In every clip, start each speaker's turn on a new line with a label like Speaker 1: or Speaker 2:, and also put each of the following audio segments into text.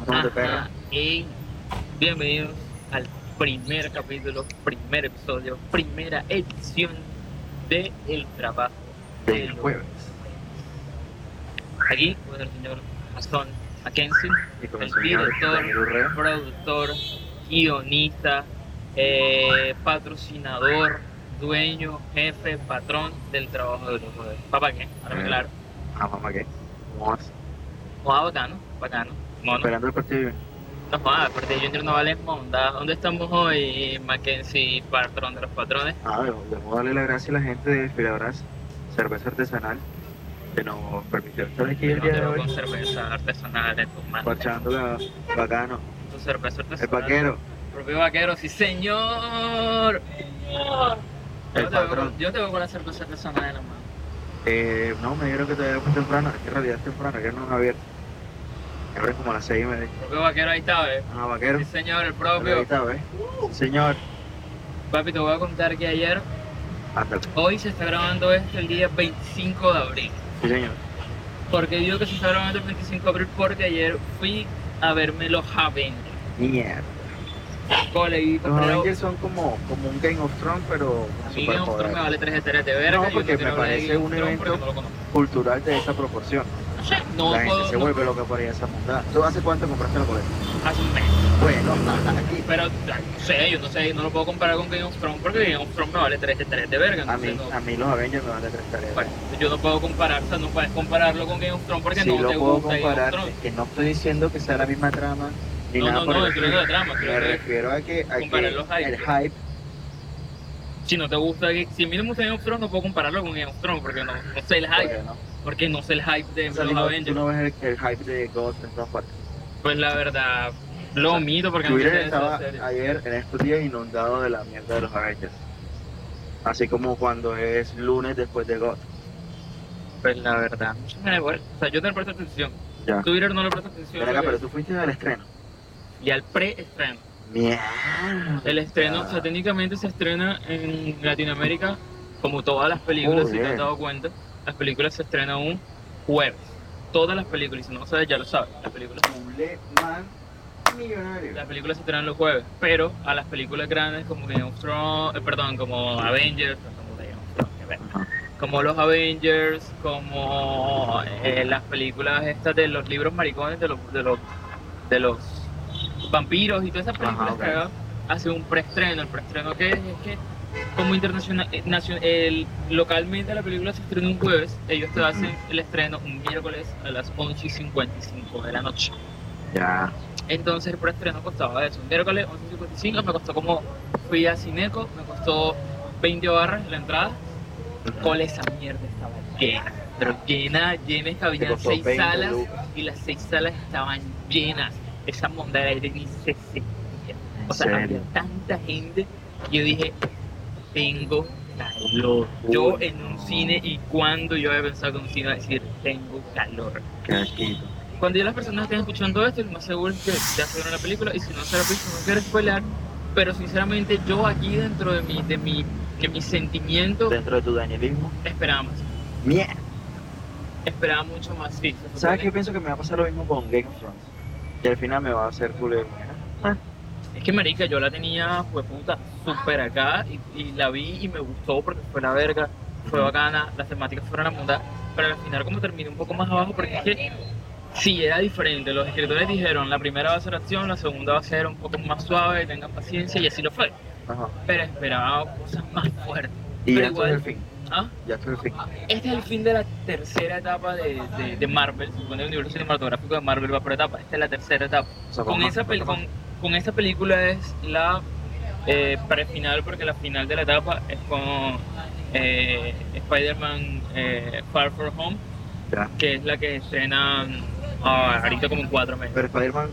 Speaker 1: Marrón de perro.
Speaker 2: Ajá, y bienvenidos al primer capítulo, primer episodio, primera edición de El Trabajo de
Speaker 1: El
Speaker 2: los
Speaker 1: jueves.
Speaker 2: Aquí con el señor Aston Mackenzie,
Speaker 1: Y con
Speaker 2: el
Speaker 1: el señor
Speaker 2: director.
Speaker 1: Daniel Urrea.
Speaker 2: productor, guionista, eh, patrocinador, dueño, jefe, patrón del Trabajo de los Jueves. Papá, ¿qué? Ahora me
Speaker 1: Eh.
Speaker 2: claro.
Speaker 1: Ah, mamá, ¿qué? ¿Cómo vas?
Speaker 2: Mojada bacano, bacano. Mono.
Speaker 1: Esperando el partido.
Speaker 2: No, jodas, aparte yo entro no vale monda. ¿Dónde estamos hoy, Mackenzie, patrón de los patrones?
Speaker 1: Ah, debo, debo darle la gracia a la gente de Filabras Cerveza Artesanal que nos permitió estar aquí
Speaker 2: Yo
Speaker 1: el
Speaker 2: no
Speaker 1: día de
Speaker 2: tengo con
Speaker 1: hoy.
Speaker 2: cerveza artesanal en tus manos.
Speaker 1: Parchándola bacano.
Speaker 2: Tu cerveza
Speaker 1: El
Speaker 2: artesanal.
Speaker 1: vaquero.
Speaker 2: Propio vaquero, sí, señor. Señor.
Speaker 1: El
Speaker 2: Yo te, veo,
Speaker 1: patrón.
Speaker 2: con- yo te veo con la cerveza artesanal en la mano.
Speaker 1: Eh, no, me dijeron que todavía es muy temprano. Es que en realidad es temprano, ya no han abierto. Ahora es como a las seis y media.
Speaker 2: Propio vaquero, ahí está, ¿ves?
Speaker 1: Ah, vaquero.
Speaker 2: Sí, Uh. señor, el
Speaker 1: Pero ahí
Speaker 2: propio.
Speaker 1: está, ¿ves? Señor.
Speaker 2: Papi, te voy a contar que ayer,
Speaker 1: Ándale.
Speaker 2: hoy se está grabando esto el día 25 de abril.
Speaker 1: Sí, señor.
Speaker 2: Porque digo que se está grabando el 25 de abril porque ayer fui a verme los Avengers.
Speaker 1: Mierda.
Speaker 2: Cole y
Speaker 1: Los Avengers son como, como un Game of Thrones, pero
Speaker 2: A
Speaker 1: con
Speaker 2: mí Game of Thrones me
Speaker 1: superpoderes.
Speaker 2: vale 3 hectáreas de verga.
Speaker 1: No,
Speaker 2: yo
Speaker 1: porque
Speaker 2: quiero
Speaker 1: me
Speaker 2: hablar de
Speaker 1: parece
Speaker 2: Game of
Speaker 1: un
Speaker 2: Thrones porque
Speaker 1: evento-
Speaker 2: no lo conozco.
Speaker 1: cultural de esa proporción.
Speaker 2: No sé, no
Speaker 1: la gente
Speaker 2: puedo-
Speaker 1: se
Speaker 2: no-
Speaker 1: vuelve loca por ahí esa montada. ¿Tú hace cuánto compraste la boleta?
Speaker 2: hace un mes.
Speaker 1: Bueno, aquí.
Speaker 2: Pero ay, no sé, yo no sé, no lo puedo comparar con Game of Thrones porque Game of Thrones me vale 3 hectáreas de verga.
Speaker 1: A
Speaker 2: Entonces,
Speaker 1: mí,
Speaker 2: no,
Speaker 1: a mí los Avengers me van a tres tareas.
Speaker 2: bueno, yo no puedo comparar, o sea, no puedes compararlo con Game of Thrones porque
Speaker 1: si
Speaker 2: no
Speaker 1: lo
Speaker 2: te
Speaker 1: puedo
Speaker 2: gusta Game of
Speaker 1: comparar,
Speaker 2: Thrones.
Speaker 1: es que no estoy diciendo que sea la misma trama ni
Speaker 2: No,
Speaker 1: nada
Speaker 2: no,
Speaker 1: por
Speaker 2: no,
Speaker 1: el
Speaker 2: yo creo que
Speaker 1: estilo.
Speaker 2: la trama,
Speaker 1: Me
Speaker 2: creo que
Speaker 1: refiero a que, a que
Speaker 2: comparar los hype.
Speaker 1: el hype,
Speaker 2: si no te gusta, si a mí no me gusta Game of Thrones, no puedo compararlo con Game of Thrones porque no, no sé el hype,
Speaker 1: bueno,
Speaker 2: porque no sé el hype de
Speaker 1: o sea,
Speaker 2: los
Speaker 1: no- tú
Speaker 2: Avengers.
Speaker 1: no ves el, el hype de Ghost en todas partes.
Speaker 2: Pues la verdad, lo omito porque no
Speaker 1: Twitter
Speaker 2: sé
Speaker 1: estaba
Speaker 2: esa serie.
Speaker 1: ayer, en estos días, inundado de la mierda de los Avengers. Así como cuando es lunes después de Ghost.
Speaker 2: Pues la verdad, me da igual. O sea, yo no le presto atención.
Speaker 1: Ya.
Speaker 2: Twitter no le presto atención.
Speaker 1: Ven acá,
Speaker 2: lo que-
Speaker 1: pero tú fuiste al estreno.
Speaker 2: Y al pre-estreno.
Speaker 1: Mierda.
Speaker 2: El estreno, o sea, técnicamente se estrena en Latinoamérica, como todas las películas,
Speaker 1: Muy
Speaker 2: si te
Speaker 1: bien.
Speaker 2: has dado cuenta. Las películas se estrenan un jueves. Todas las películas, si no sabes, ya lo sabes. Las películas,
Speaker 1: Tuleman millonario.
Speaker 2: las películas se estrenan los jueves, pero a las películas grandes como Game of Thrones, eh, perdón, como Avengers, como Game of Thrones, qué verga.
Speaker 1: Ajá.
Speaker 2: como los Avengers, como eh, las películas estas de los libros maricones, de los, de los, de los vampiros y todas esas películas
Speaker 1: Ajá, ok.
Speaker 2: cagadas, hace un preestreno. El preestreno que es, es que como internacional, eh, nacio- el, localmente la película se estrena un jueves, ellos te hacen el estreno un miércoles a las 11 y 55 de la noche.
Speaker 1: Ya.
Speaker 2: Entonces el preestreno costaba eso, un miércoles 11 y 55, me costó como, fui a Cineco, me costó 20 barras la entrada. Con esa mierda estaba llena, pero llena, llena,
Speaker 1: Te
Speaker 2: habían
Speaker 1: costó
Speaker 2: seis
Speaker 1: 20
Speaker 2: salas
Speaker 1: lucas.
Speaker 2: y las seis salas estaban llenas. Esa monda de aire ni se sentía. O
Speaker 1: ¿En
Speaker 2: sea, había
Speaker 1: serio?
Speaker 2: tanta gente y yo dije, tengo calor. Yo
Speaker 1: Uy,
Speaker 2: en un
Speaker 1: no.
Speaker 2: cine y cuando yo había pensado que un cine iba a decir, tengo calor.
Speaker 1: Qué asquito.
Speaker 2: Cuando ya las personas estén escuchando esto, lo más seguro es que ya se vieron la película y si no se la han visto, no quiero spoiler. Pero sinceramente yo aquí dentro de mi, de mi, de mi sentimiento
Speaker 1: Dentro de tu danielismo.
Speaker 2: esperaba más.
Speaker 1: Mierda.
Speaker 2: Esperaba mucho más, sí. se
Speaker 1: ¿Sabes qué?
Speaker 2: supone.
Speaker 1: Pienso que me va a pasar lo mismo con Game of Thrones. Y al final me va a hacer culero.
Speaker 2: Es que marica, yo la tenía, fue puta, súper acá y, y la vi y me gustó porque fue la verga, fue
Speaker 1: Ujú.
Speaker 2: bacana, las temáticas fueron la monda, pero al final como terminé un poco más abajo porque es que sí, era diferente, los escritores dijeron la primera va a ser acción, la segunda va a ser un poco más suave, tengan paciencia y así lo fue,
Speaker 1: Ajá.
Speaker 2: pero esperaba cosas más fuertes.
Speaker 1: Y ya esto
Speaker 2: Pero
Speaker 1: es
Speaker 2: igual.
Speaker 1: el fin.
Speaker 2: ¿ah?
Speaker 1: Ya esto es el fin.
Speaker 2: Este es el fin de la tercera etapa de, de, de Marvel, se supone el universo cinematográfico de Marvel va por etapa, esta es la tercera etapa.
Speaker 1: O sea,
Speaker 2: con
Speaker 1: vamos-
Speaker 2: esa, peli-
Speaker 1: vamos-
Speaker 2: con, con esta película es la eh, prefinal, porque la final de la etapa es con eh, Spider-Man eh, Far From Home,
Speaker 1: Ya.
Speaker 2: que es la que estrenan ah, ahorita como en cuatro meses.
Speaker 1: Pero Spider-Man,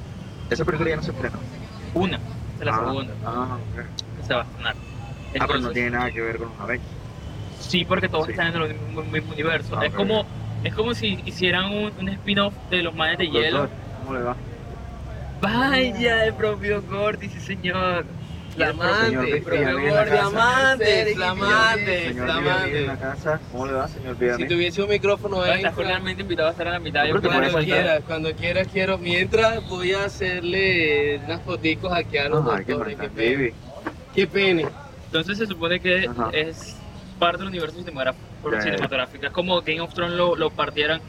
Speaker 1: esa película ya no se estrena.
Speaker 2: Una, esa es la
Speaker 1: Ah,
Speaker 2: segunda
Speaker 1: Ah, ok.
Speaker 2: que se va a estrenar.
Speaker 1: Ah, pero no
Speaker 2: Entonces,
Speaker 1: tiene nada que ver con los Avengers.
Speaker 2: Sí, porque todos
Speaker 1: Sí.
Speaker 2: están en el mismo, mismo universo.
Speaker 1: Ah,
Speaker 2: es,
Speaker 1: ok.
Speaker 2: como, es como si hicieran un, un spin-off de los manes de hielo.
Speaker 1: Doctor, ¿Cómo le va?
Speaker 2: Vaya, el propio Gordy, sí señor.
Speaker 3: Flamante,
Speaker 1: Señor,
Speaker 3: propio
Speaker 1: señor, en la
Speaker 3: Gordy,
Speaker 1: casa.
Speaker 3: flamante, flamante,
Speaker 1: Señor Villamil en la
Speaker 3: flamante.
Speaker 1: casa, ¿cómo le va, señor
Speaker 3: Si
Speaker 1: Villamil?
Speaker 3: tuviese un micrófono ahí,
Speaker 2: Estás cordialmente invitado a estar a la mitad.
Speaker 1: Yo creo que
Speaker 2: puedo
Speaker 1: por
Speaker 3: cuando
Speaker 1: eso
Speaker 2: faltar.
Speaker 3: quieras, cuando quieras quiero. Mientras voy a hacerle unas foticos aquí a los
Speaker 1: Ay, qué
Speaker 3: doctores. Qué
Speaker 1: maldad,
Speaker 3: pena.
Speaker 1: baby.
Speaker 3: Qué pena.
Speaker 2: Entonces se supone que
Speaker 1: Ajá.
Speaker 2: es parte del universo cinematográfico.
Speaker 1: Ya, ya.
Speaker 2: cinematográfico. Es como Game of Thrones lo, lo partieran.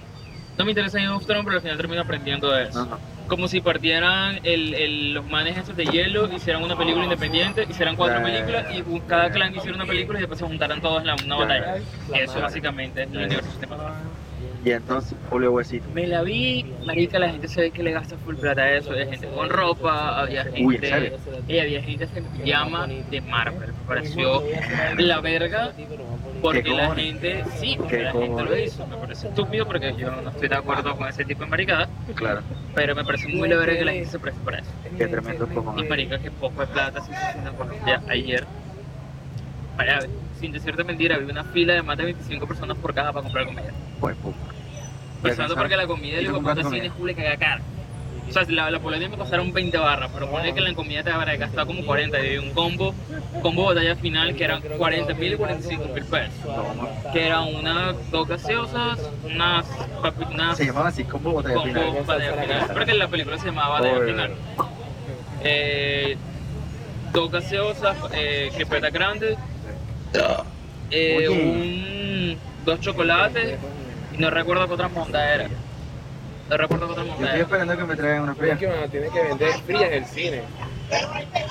Speaker 2: No me interesa Game of Thrones, pero al final termino aprendiendo de eso.
Speaker 1: Ajá.
Speaker 2: Como si partieran el, el- los manes estos de hielo, hicieran una
Speaker 1: Ah.
Speaker 2: película independiente, hicieran cuatro
Speaker 1: Ya, ya,
Speaker 2: películas y
Speaker 1: ya.
Speaker 2: bu- cada
Speaker 1: Ya.
Speaker 2: clan hiciera una película y después se juntaran todos en la- una
Speaker 1: Ya,
Speaker 2: batalla. Eso
Speaker 3: Flamante.
Speaker 2: básicamente es el
Speaker 1: Ya, ya.
Speaker 2: universo cinematográfico.
Speaker 1: Y entonces, Julio Huesito.
Speaker 2: Me la vi, marica, la gente se ve que le gasta full plata a eso. Había gente con ropa, había gente...
Speaker 1: Uy, ¿en serio?
Speaker 2: y había gente en pijama de Marvel. Me pareció la verga porque
Speaker 1: Qué
Speaker 2: la
Speaker 1: cojones.
Speaker 2: gente, sí, porque
Speaker 1: Qué
Speaker 2: la gente lo
Speaker 1: cojones.
Speaker 2: hizo. Me parece estúpido porque yo no estoy de acuerdo con ese tipo de maricadas,
Speaker 1: Claro,
Speaker 2: pero me parece muy la verga que la gente se preste para eso.
Speaker 1: qué tremendo
Speaker 2: Y
Speaker 1: cojones.
Speaker 2: marica, que poco de plata, si se sientan por ya, ayer. para- sin decirte mentira, había una fila de más de 25 personas por caja para comprar comida.
Speaker 1: Pues, pues.
Speaker 2: Pensando porque la comida
Speaker 1: ¿Y
Speaker 2: del
Speaker 1: tú
Speaker 2: hijo de puta
Speaker 1: compraste
Speaker 2: cine es pública que cara. O sea, la, la polenta me costaron 20 barras, pero ponle que la comida te habrá gastado como 40. Y un combo, combo batalla final que eran 40 mil y 45 mil pesos. Que era una, dos gaseosas, unas, papi- unas
Speaker 1: Se llamaba así, combo botella final.
Speaker 2: combo batalla final. Porque la película se llamaba batalla
Speaker 1: Oye.
Speaker 2: final. Eh, dos gaseosas, eh, crepetas grandes, eh,
Speaker 1: Oye.
Speaker 2: un, dos chocolates y no recuerdo qué otra monda era. No recuerdo qué otra
Speaker 1: Yo
Speaker 2: monda
Speaker 1: estoy
Speaker 2: era.
Speaker 1: esperando que me traigan una
Speaker 4: Es
Speaker 1: fría.
Speaker 4: que me la tienen que vender fría en el cine.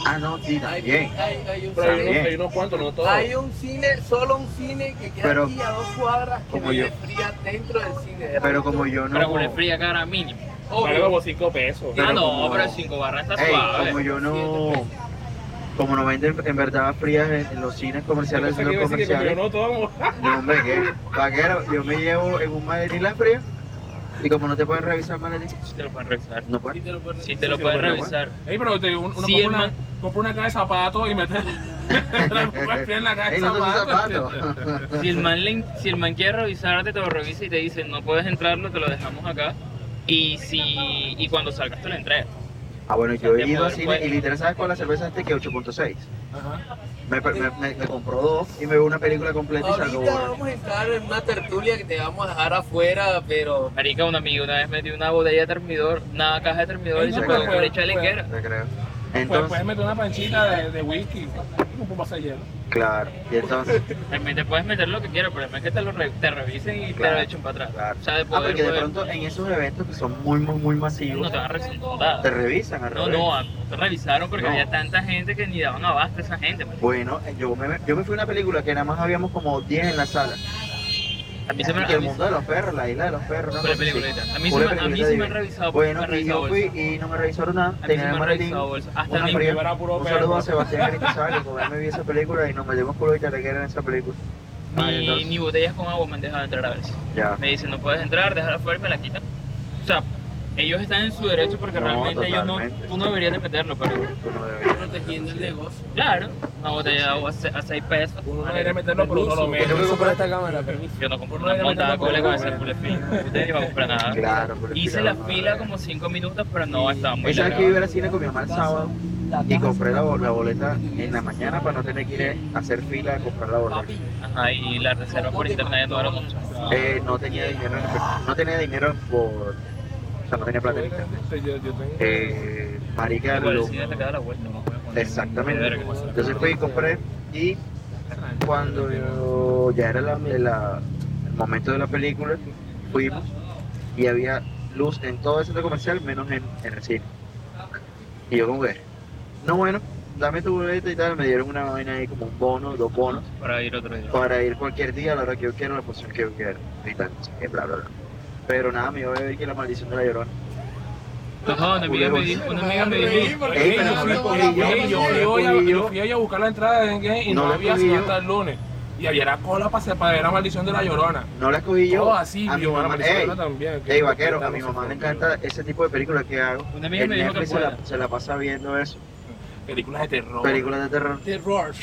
Speaker 1: Ah, no, sí, también.
Speaker 3: Hay, hay un
Speaker 4: Pero hay
Speaker 3: cine,
Speaker 4: unos, hay unos cuantos, no todos.
Speaker 3: hay un cine, solo un cine que queda
Speaker 1: Pero-
Speaker 3: aquí a dos cuadras que
Speaker 1: como
Speaker 3: vende
Speaker 1: yo.
Speaker 3: fría dentro del cine.
Speaker 1: Pero como yo no.
Speaker 2: Pero con el fría cara mínimo.
Speaker 4: Vale
Speaker 3: Obvio.
Speaker 4: como 5 pesos.
Speaker 1: Pero
Speaker 2: ah, no,
Speaker 1: como-
Speaker 2: pero 5 barras está
Speaker 1: Ey,
Speaker 2: suave.
Speaker 1: como yo no. Como no venden en verdad frías en, en los cines
Speaker 4: Yo
Speaker 1: comerciales,
Speaker 4: pensé que
Speaker 1: en
Speaker 4: iba a
Speaker 1: los
Speaker 4: decir que como yo
Speaker 1: comerciales.
Speaker 4: no tomo.
Speaker 1: No, hombre, ¿qué? Vaquero, yo me llevo en un maletín la fría. Y como no te pueden revisar el maletín,
Speaker 2: Si te lo pueden revisar.
Speaker 1: no pueden.
Speaker 2: Si te lo pueden
Speaker 1: bueno,
Speaker 2: revisar.
Speaker 4: Ey, pero te, un- uno
Speaker 2: Sí,
Speaker 4: compra,
Speaker 2: el
Speaker 4: una,
Speaker 2: man-
Speaker 4: compra una caja de zapatos y mete. la compra en la caja de
Speaker 1: Ey, no son
Speaker 4: zapatos.
Speaker 1: zapatos.
Speaker 2: Pues Si el, man le- si el man quiere revisarte, te lo revisa y te dice, no puedes entrarlo, te lo dejamos acá. Y si y cuando salgas, te lo entregas.
Speaker 1: Ah, bueno, yo he ido a
Speaker 2: Bueno.
Speaker 1: cine y literal, ¿sabes cuál la cerveza este que 8.6?
Speaker 4: Ajá. Pues
Speaker 1: Me, me, me, me compró dos y me veo una película completa y salgo
Speaker 3: Ahorita
Speaker 1: borracho.
Speaker 3: vamos a estar en una tertulia que te vamos a dejar afuera, pero
Speaker 2: Marica, un amigo una vez metió una botella de termidor, una caja de termidor
Speaker 4: Ey,
Speaker 2: y
Speaker 4: no,
Speaker 2: se
Speaker 1: pero
Speaker 2: pegó con
Speaker 4: fue-
Speaker 2: leche de
Speaker 4: fue-
Speaker 2: lequera.
Speaker 1: Te creo.
Speaker 4: Pues puedes
Speaker 1: Entonces,
Speaker 4: meter una panchita de, de whisky. pues, Un poco más de hielo.
Speaker 1: claro. Y entonces,
Speaker 2: También te puedes meter lo que quieras, pero es que te lo re- te revisen y te
Speaker 1: Claro,
Speaker 2: lo echen para atrás.
Speaker 1: claro.
Speaker 2: O sea, de
Speaker 1: Ah,
Speaker 2: poder,
Speaker 1: porque de
Speaker 2: poder.
Speaker 1: pronto en esos eventos que son muy, muy, muy
Speaker 2: no
Speaker 1: masivos,
Speaker 2: te van a revisar
Speaker 1: te
Speaker 2: nada.
Speaker 1: revisan al
Speaker 2: No,
Speaker 1: revés.
Speaker 2: no, a- no te revisaron porque
Speaker 1: No.
Speaker 2: había tanta gente que ni daban abasto a esa gente. marica.
Speaker 1: Bueno, eh, yo me, yo me fui a una película que nada más habíamos como 10 en la sala.
Speaker 2: A mí se me
Speaker 1: Y que el mundo de los perros, la isla de los perros. una
Speaker 2: Fue la
Speaker 1: cosa así.
Speaker 2: peliculita. A mí
Speaker 1: Fue
Speaker 2: se
Speaker 1: la
Speaker 2: me- a mí
Speaker 1: peliculita
Speaker 2: se
Speaker 1: de
Speaker 2: me han
Speaker 1: Disney.
Speaker 2: revisado- pues,
Speaker 1: Bueno,
Speaker 2: me han
Speaker 1: y yo
Speaker 2: revisado
Speaker 1: fui y no me revisaron nada.
Speaker 2: A mí se
Speaker 1: Tenía
Speaker 2: me
Speaker 1: el
Speaker 2: han
Speaker 1: maletín.
Speaker 2: revisado bolsas. Hasta
Speaker 1: Una
Speaker 2: a mí,
Speaker 1: fría.
Speaker 4: Era puro
Speaker 1: Un saludo a
Speaker 4: perro.
Speaker 1: Sebastián Cristizal, que con él me vi esa película y nos metimos culo y chalequera en esa película. Ah,
Speaker 2: ni,
Speaker 1: entonces.
Speaker 2: ni botellas con agua me han dejado entrar a veces.
Speaker 1: Ya.
Speaker 2: Me dicen, no puedes entrar, déjala afuera y me la quitan. O sea, ellos están en su derecho porque
Speaker 1: No,
Speaker 2: realmente ellos no,
Speaker 1: totalmente.
Speaker 2: tú no deberías de meterlo, pero
Speaker 1: Tú no deberías.
Speaker 3: protegiendo el negocio.
Speaker 2: claro, una botella de agua a se- a 6 pesos.
Speaker 4: Uno no
Speaker 2: marica.
Speaker 4: debería meterlo, pero uno lo mete.
Speaker 3: Permiso para esta cámara, permiso.
Speaker 2: Yo no compro
Speaker 4: Uno
Speaker 2: una
Speaker 4: debería
Speaker 2: montada
Speaker 4: meterlo,
Speaker 2: cola
Speaker 4: pero
Speaker 2: con
Speaker 4: uno
Speaker 2: ese
Speaker 4: lo
Speaker 2: full fin. Ustedes iban a comprar nada.
Speaker 1: Claro, pero
Speaker 2: Ah, Hice la
Speaker 1: explícalo,
Speaker 2: fila
Speaker 1: madre.
Speaker 2: como 5 minutos, pero no estaba muy
Speaker 1: Esa vez
Speaker 2: larga.
Speaker 1: que yo iba al cine con mi mamá el sábado y compré la, bol- la boleta en la mañana para no tener que ir a hacer fila a comprar la boleta.
Speaker 2: Ajá, y la reserva por internet no era mucho.
Speaker 1: Eh, no tenía dinero, en- no tenía dinero por, o sea, no tenía plata. en el cambio.
Speaker 4: Yo, yo tengo.
Speaker 1: Eh, marica,
Speaker 2: Igual el
Speaker 1: lo-
Speaker 2: cine te queda la vuelta, no puedes poner.
Speaker 1: exactamente.
Speaker 2: Verga.
Speaker 1: Entonces fui y compré y cuando yo- ya era la- la- el momento de la película, fuimos y había luz en todo el centro comercial menos en, en el cine. Y yo como que, no bueno, dame tu boleta y tal, me dieron una vaina ahí como un bono, dos bonos,
Speaker 2: Para ir otro día.
Speaker 1: para ir cualquier día a la hora que yo quiera, a la posición que yo quiera, y tal, no sé qué, bla, bla, bla. Pero nada, me iba a ver que la maldición de la llorona.
Speaker 2: Ajá, una amiga me dijo, una amiga me dijo.
Speaker 1: Ey, pero
Speaker 4: Yo
Speaker 1: no la
Speaker 4: fui-
Speaker 1: cogí yo,
Speaker 4: ey, yo
Speaker 1: no
Speaker 4: fui
Speaker 1: la
Speaker 4: hoy a-
Speaker 1: cogí
Speaker 4: yo
Speaker 1: yo.
Speaker 4: fui hoy a buscar la entrada de Endgame y
Speaker 1: No
Speaker 4: no,
Speaker 1: la
Speaker 4: había
Speaker 1: cogí
Speaker 4: sino
Speaker 1: yo.
Speaker 4: hasta el lunes. Y había la cola para separar la maldición de la llorona.
Speaker 1: No la escogí yo,
Speaker 4: Oh, así,
Speaker 1: a mi
Speaker 4: vio, la
Speaker 1: mamá,
Speaker 4: maldición de
Speaker 1: ey,
Speaker 4: la también. que-
Speaker 1: ey, vaquero,
Speaker 4: que-
Speaker 1: a mi mamá le encanta ese tipo de películas que hago.
Speaker 2: Una amiga
Speaker 1: En
Speaker 2: me dijo que
Speaker 1: Netflix se
Speaker 2: fuera.
Speaker 1: la, se la pasa viendo eso,
Speaker 4: Películas de terror.
Speaker 1: películas de terror
Speaker 3: Terror.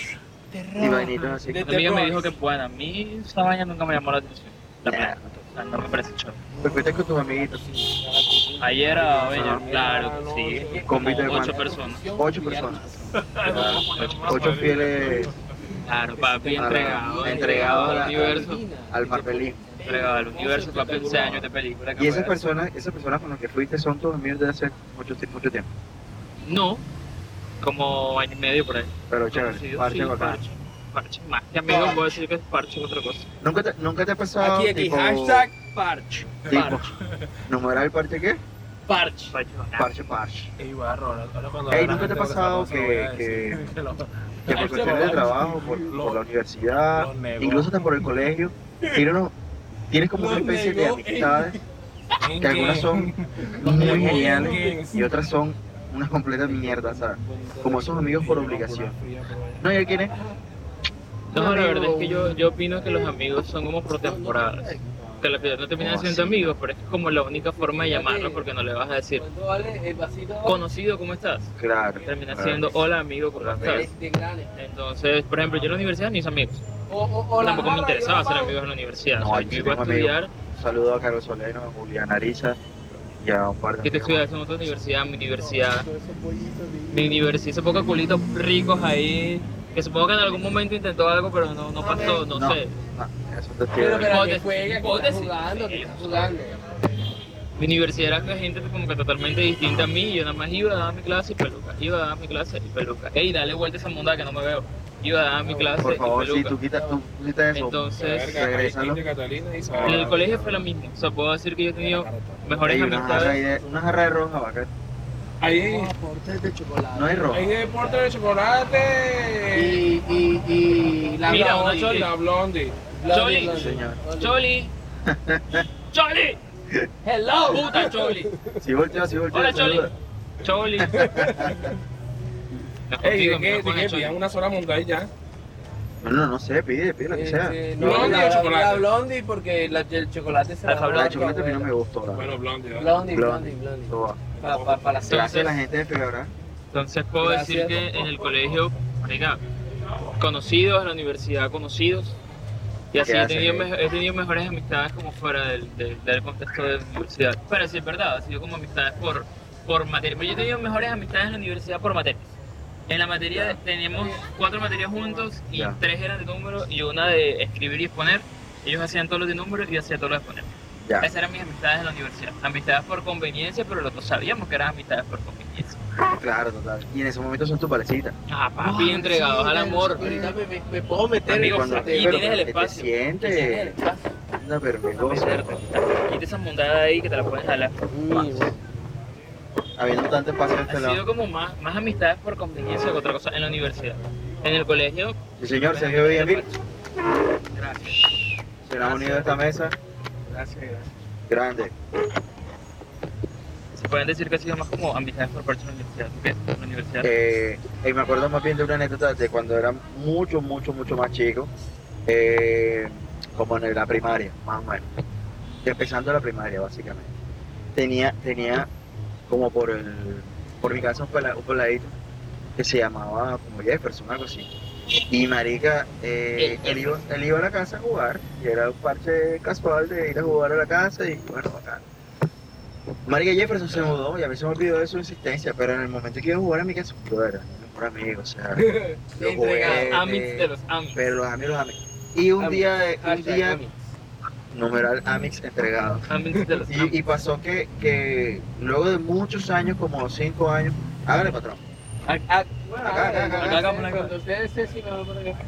Speaker 1: y vainitas así.
Speaker 3: De-
Speaker 2: Una amiga me dijo que puedan. A mí esa vaina nunca me llamó la atención. La
Speaker 1: Nah.
Speaker 2: verdad. O sea, no me parece chorro.
Speaker 1: Perfecto con tus amiguitos.
Speaker 2: A Ayer a Bello,
Speaker 1: Ah.
Speaker 2: claro, que sí.
Speaker 1: Convite de
Speaker 2: Como ocho
Speaker 1: cuánto?
Speaker 2: personas.
Speaker 1: Ocho personas.
Speaker 4: Ocho,
Speaker 1: ocho fieles.
Speaker 2: Claro, papi,
Speaker 1: Ah,
Speaker 3: eh,
Speaker 2: entregado.
Speaker 1: entregado
Speaker 2: al
Speaker 1: a la-
Speaker 2: universo.
Speaker 1: Al papelín.
Speaker 2: Entregado al universo, papi, 11 años de película. que
Speaker 1: Y esas
Speaker 2: fue hace-
Speaker 1: personas, esas personas con las que fuiste son tus amigos desde hace mucho, tie- mucho tiempo.
Speaker 2: No, como año y medio por ahí.
Speaker 1: Pero chévere,
Speaker 2: Conocido,
Speaker 1: parche
Speaker 2: sí,
Speaker 1: bacán.
Speaker 2: parche, parche. Más que amigos, puedo decir que es parche que otra cosa.
Speaker 1: ¿Nunca te, nunca te ha pasado
Speaker 3: Aquí, aquí,
Speaker 1: tipo,
Speaker 3: hashtag parch.
Speaker 1: tipo,
Speaker 3: Parch.
Speaker 1: numeral parche qué?
Speaker 3: Parch.
Speaker 2: Parche bacán.
Speaker 1: Parche, parche.
Speaker 4: Ey, barro, ahora- ahora cuando
Speaker 1: Ey,
Speaker 4: habrá
Speaker 1: ¿nunca te ha
Speaker 4: gente
Speaker 1: pasado
Speaker 4: cosa, voy a
Speaker 1: que-
Speaker 4: decir que lo-
Speaker 1: Que por
Speaker 4: Parche
Speaker 1: cuestiones de
Speaker 4: bacán.
Speaker 1: trabajo, por,
Speaker 4: Lo-
Speaker 1: por la universidad,
Speaker 4: lo negó.
Speaker 1: incluso hasta por el colegio, tienes, uno- tienes como
Speaker 3: Lo
Speaker 1: una especie de
Speaker 3: negó,
Speaker 1: amistades
Speaker 4: ¿En
Speaker 1: que algunas
Speaker 4: qué?
Speaker 1: son
Speaker 4: Lo
Speaker 1: muy
Speaker 4: negó,
Speaker 1: geniales
Speaker 4: ¿en
Speaker 1: y
Speaker 4: qué?
Speaker 1: otras son unas completas mierdas, ¿sabes? Como esos amigos por obligación. No, y hay quienes,
Speaker 2: No, la verdad es que yo, yo opino que los amigos son como por temporadas. Que al final no terminan
Speaker 1: ¿Cómo
Speaker 2: siendo
Speaker 1: así?
Speaker 2: amigos, pero es como la única forma de llamarlo porque no le vas a decir,
Speaker 3: ¿Cuánto vale el vasito?
Speaker 2: conocido, ¿cómo estás?
Speaker 1: claro,
Speaker 2: Termina
Speaker 1: claro.
Speaker 2: siendo, hola amigo, ¿cómo
Speaker 1: Hola,
Speaker 2: estás?
Speaker 3: de, de granes.
Speaker 2: Entonces, por ejemplo, yo en la universidad ni hice amigos.
Speaker 3: O, o, o la
Speaker 2: Tampoco me
Speaker 3: jarra,
Speaker 2: interesaba
Speaker 3: yo la
Speaker 2: ser
Speaker 3: pago.
Speaker 2: amigos en la universidad.
Speaker 1: No,
Speaker 2: O sea,
Speaker 1: yo
Speaker 2: yo
Speaker 1: sí
Speaker 2: iba a
Speaker 1: tengo amigos.
Speaker 2: estudiar.
Speaker 1: Un saludo a Carlos Soleno, a Julián Ariza y a un par de
Speaker 2: ¿Qué te
Speaker 1: amigos
Speaker 2: estudias en otra universidad? Mi universidad. Mi universidad se poca culitos ricos ahí. Que supongo que en algún momento intentó algo, pero no, no pasó, no,
Speaker 1: No.
Speaker 2: sé.
Speaker 1: más. Ah, eso te quiero.
Speaker 3: Pero, pero que
Speaker 2: Hipótesis,
Speaker 3: juega, que está
Speaker 2: hipótesis.
Speaker 3: jugando, que está jugando.
Speaker 2: Mi universidad era gente como que totalmente distinta a mí. Yo nada más iba a dar mi clase y peluca. Iba a dar mi clase y peluca. Ey, dale vuelta a esa monda que no me veo. Iba a dar mi clase
Speaker 1: Por favor,
Speaker 2: y
Speaker 1: si
Speaker 2: peluca.
Speaker 1: tú quitas tú quitas eso, Eh,
Speaker 2: Entonces,
Speaker 1: regrésalo.
Speaker 2: en el colegio fue lo mismo. O sea, puedo decir que yo he tenido mejores
Speaker 1: Ey, una jarra ahí
Speaker 2: amistades.
Speaker 1: de- una jarra de roja, bacán.
Speaker 4: Ahí
Speaker 3: Aportes de chocolate.
Speaker 1: No hay roja.
Speaker 4: hay deporte de chocolate.
Speaker 3: Y, y, y la
Speaker 2: Mira, una
Speaker 3: blondie.
Speaker 2: choli.
Speaker 4: La blondie.
Speaker 3: Blondie,
Speaker 2: Choli.
Speaker 3: blondie,
Speaker 1: Señor.
Speaker 3: blondie.
Speaker 2: ¡Choli! ¡Choli!
Speaker 3: Hello.
Speaker 2: ¡Puta Choli!
Speaker 1: Si volteo, si volteo.
Speaker 2: Hola, Choli.
Speaker 1: saluda.
Speaker 2: Choli.
Speaker 4: Ey,
Speaker 2: Contigo, mira,
Speaker 4: ¿de qué? ¿De
Speaker 2: Juan,
Speaker 4: qué?
Speaker 2: el Choli.
Speaker 4: Pidan una sola montaña ya.
Speaker 1: No, no, no sé, pide, pide lo que sea.
Speaker 3: Este,
Speaker 4: no, ¿Blondie
Speaker 3: la-
Speaker 4: o chocolate?
Speaker 3: La blondie porque la, el chocolate se
Speaker 2: La
Speaker 3: la
Speaker 1: La
Speaker 2: fablada
Speaker 3: roba
Speaker 1: de
Speaker 3: tu
Speaker 1: chocolate a mí no me
Speaker 3: abuela.
Speaker 1: gustó. la verdad.
Speaker 4: Bueno, blondie. ¿verdad?
Speaker 3: Blondie, blondie, blondie.
Speaker 1: Todo.
Speaker 3: Para pa, pa la cena.
Speaker 1: Gracias a la gente de Febra.
Speaker 2: Entonces puedo decir
Speaker 3: Gracias.
Speaker 2: que en el colegio, marica, conocidos, en la universidad conocidos. Y así
Speaker 1: ¿Qué
Speaker 2: he
Speaker 1: haces
Speaker 2: tenido,
Speaker 1: ahí?
Speaker 2: mejo- he tenido mejores amistades como fuera del, del- del contexto de la universidad. Pero sí es verdad, ha sido como amistades por, por materia. Pero yo he tenido mejores amistades en la universidad por materias. En la materia
Speaker 1: Ya.
Speaker 2: teníamos cuatro materias juntos y
Speaker 1: Ya.
Speaker 2: tres eran de número y una de escribir y exponer. Ellos hacían todos los de número y yo hacía todos los de exponer.
Speaker 1: Ya.
Speaker 2: Esas eran mis amistades en la universidad. Amistades por conveniencia, pero los dos sabíamos que eran amistades por conveniencia.
Speaker 1: Claro, total. Y en ese momento son tus palecitas.
Speaker 2: Ah, papi, entregados al amor.
Speaker 3: Ahorita me, me, me puedo meter
Speaker 2: Amigo,
Speaker 3: en
Speaker 2: cuando-
Speaker 3: el
Speaker 1: pero-
Speaker 2: y
Speaker 3: sorteo.
Speaker 2: tienes el
Speaker 1: ¿qué
Speaker 2: espacio.
Speaker 1: Te sientes. Anda, vergonzoso.
Speaker 2: Quita esa mundada ahí que te la puedes jalar.
Speaker 1: Habiendo tanto espacio de
Speaker 2: Ha
Speaker 1: este
Speaker 2: sido
Speaker 1: lado.
Speaker 2: como más, más amistades por conveniencia que otra cosa en la universidad. En el colegio.
Speaker 1: Sí, señor, se vio bien. bien.
Speaker 2: Gracias.
Speaker 1: Se la han unido a esta mesa.
Speaker 3: Gracias, gracias.
Speaker 1: Grande.
Speaker 2: Se pueden decir que ha sido más como amistades por parte de la universidad. ¿Tú qué? ¿En la universidad?
Speaker 1: Eh, y me acuerdo más bien de una anécdota de cuando era mucho, mucho, mucho más chico, eh, como en la primaria, más o menos. Empezando la primaria, básicamente. Tenía, tenía como por el, por mi casa un, pela- un peladito que se llamaba como Jefferson, algo así. Y marica, eh,
Speaker 2: El
Speaker 1: él, iba, él iba a la casa a jugar, y era un parche casual de ir a jugar a la casa y bueno, bacán. Marica Jefferson se mudó y a mí se me olvidó de su existencia, pero en el momento que iba a jugar a mi casa, yo era mi mejor amigo, o sea, yo jugué,
Speaker 3: Entregado.
Speaker 1: eh.
Speaker 2: Amis de los Amis.
Speaker 1: pero los amigos, los amigos. Y un
Speaker 3: Amigos.
Speaker 1: día, de- un
Speaker 3: Hashtag
Speaker 1: día,
Speaker 3: amigos.
Speaker 1: numeral Amix entregado.
Speaker 2: Amis de los Amis.
Speaker 1: Y, y pasó que, que luego de muchos años, como cinco años, hágale patrón,
Speaker 3: Ah, bueno,
Speaker 1: Acá, acá, acá,
Speaker 2: acá, acá.
Speaker 3: Cuando ustedes se- si me voy por acá.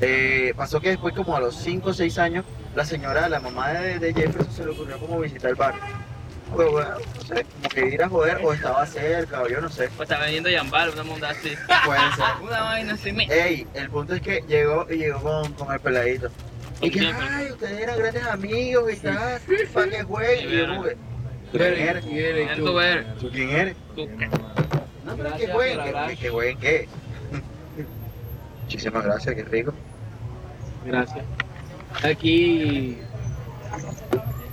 Speaker 1: Eh, pasó que después, como a los 5 o 6 años, la señora, la mamá de, de Jefferson, se le ocurrió como visitar el barrio. Pues, bueno, no sé, como que ir a joder, o estaba cerca, o yo no sé.
Speaker 2: O está vendiendo Yambal, una mundada así.
Speaker 1: Puede ser.
Speaker 2: Una vaina así. me-
Speaker 1: Ey, el punto es que llegó y llegó con, con el peladito. Y que,
Speaker 2: Jefferson.
Speaker 1: ay, ustedes eran grandes amigos y tal, para que jueguen. Y yo, como que, ¿tú quién eres?
Speaker 3: Miren,
Speaker 2: Ven tú,
Speaker 3: tú.
Speaker 2: ver.
Speaker 1: ¿Tú quién eres?
Speaker 2: Tú,
Speaker 1: No, pero que
Speaker 3: Gracias
Speaker 1: jueguen,
Speaker 3: por
Speaker 1: que-
Speaker 3: hablar.
Speaker 1: que, que jueguen, ¿qué? Muchísimas gracias, qué rico.
Speaker 3: Gracias. Aquí.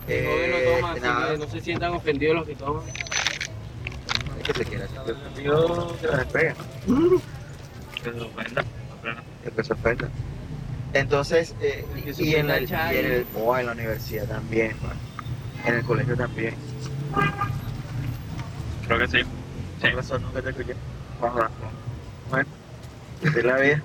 Speaker 1: Eh,
Speaker 3: no, toman, así
Speaker 1: nada,
Speaker 3: que no se sientan ofendidos los que toman.
Speaker 1: que se quiera. que- Dios te la despegue, ¿no?
Speaker 2: Que se lo venda.
Speaker 1: que te sorprenda. Entonces, eh,
Speaker 3: Que se
Speaker 1: y, en la, y
Speaker 3: ofenda el
Speaker 1: en el- oh, en la universidad también, man. en el colegio también.
Speaker 2: Creo que sí. Sí.
Speaker 1: Por razón nunca te escuché. Con razón. Bueno, así es la vida.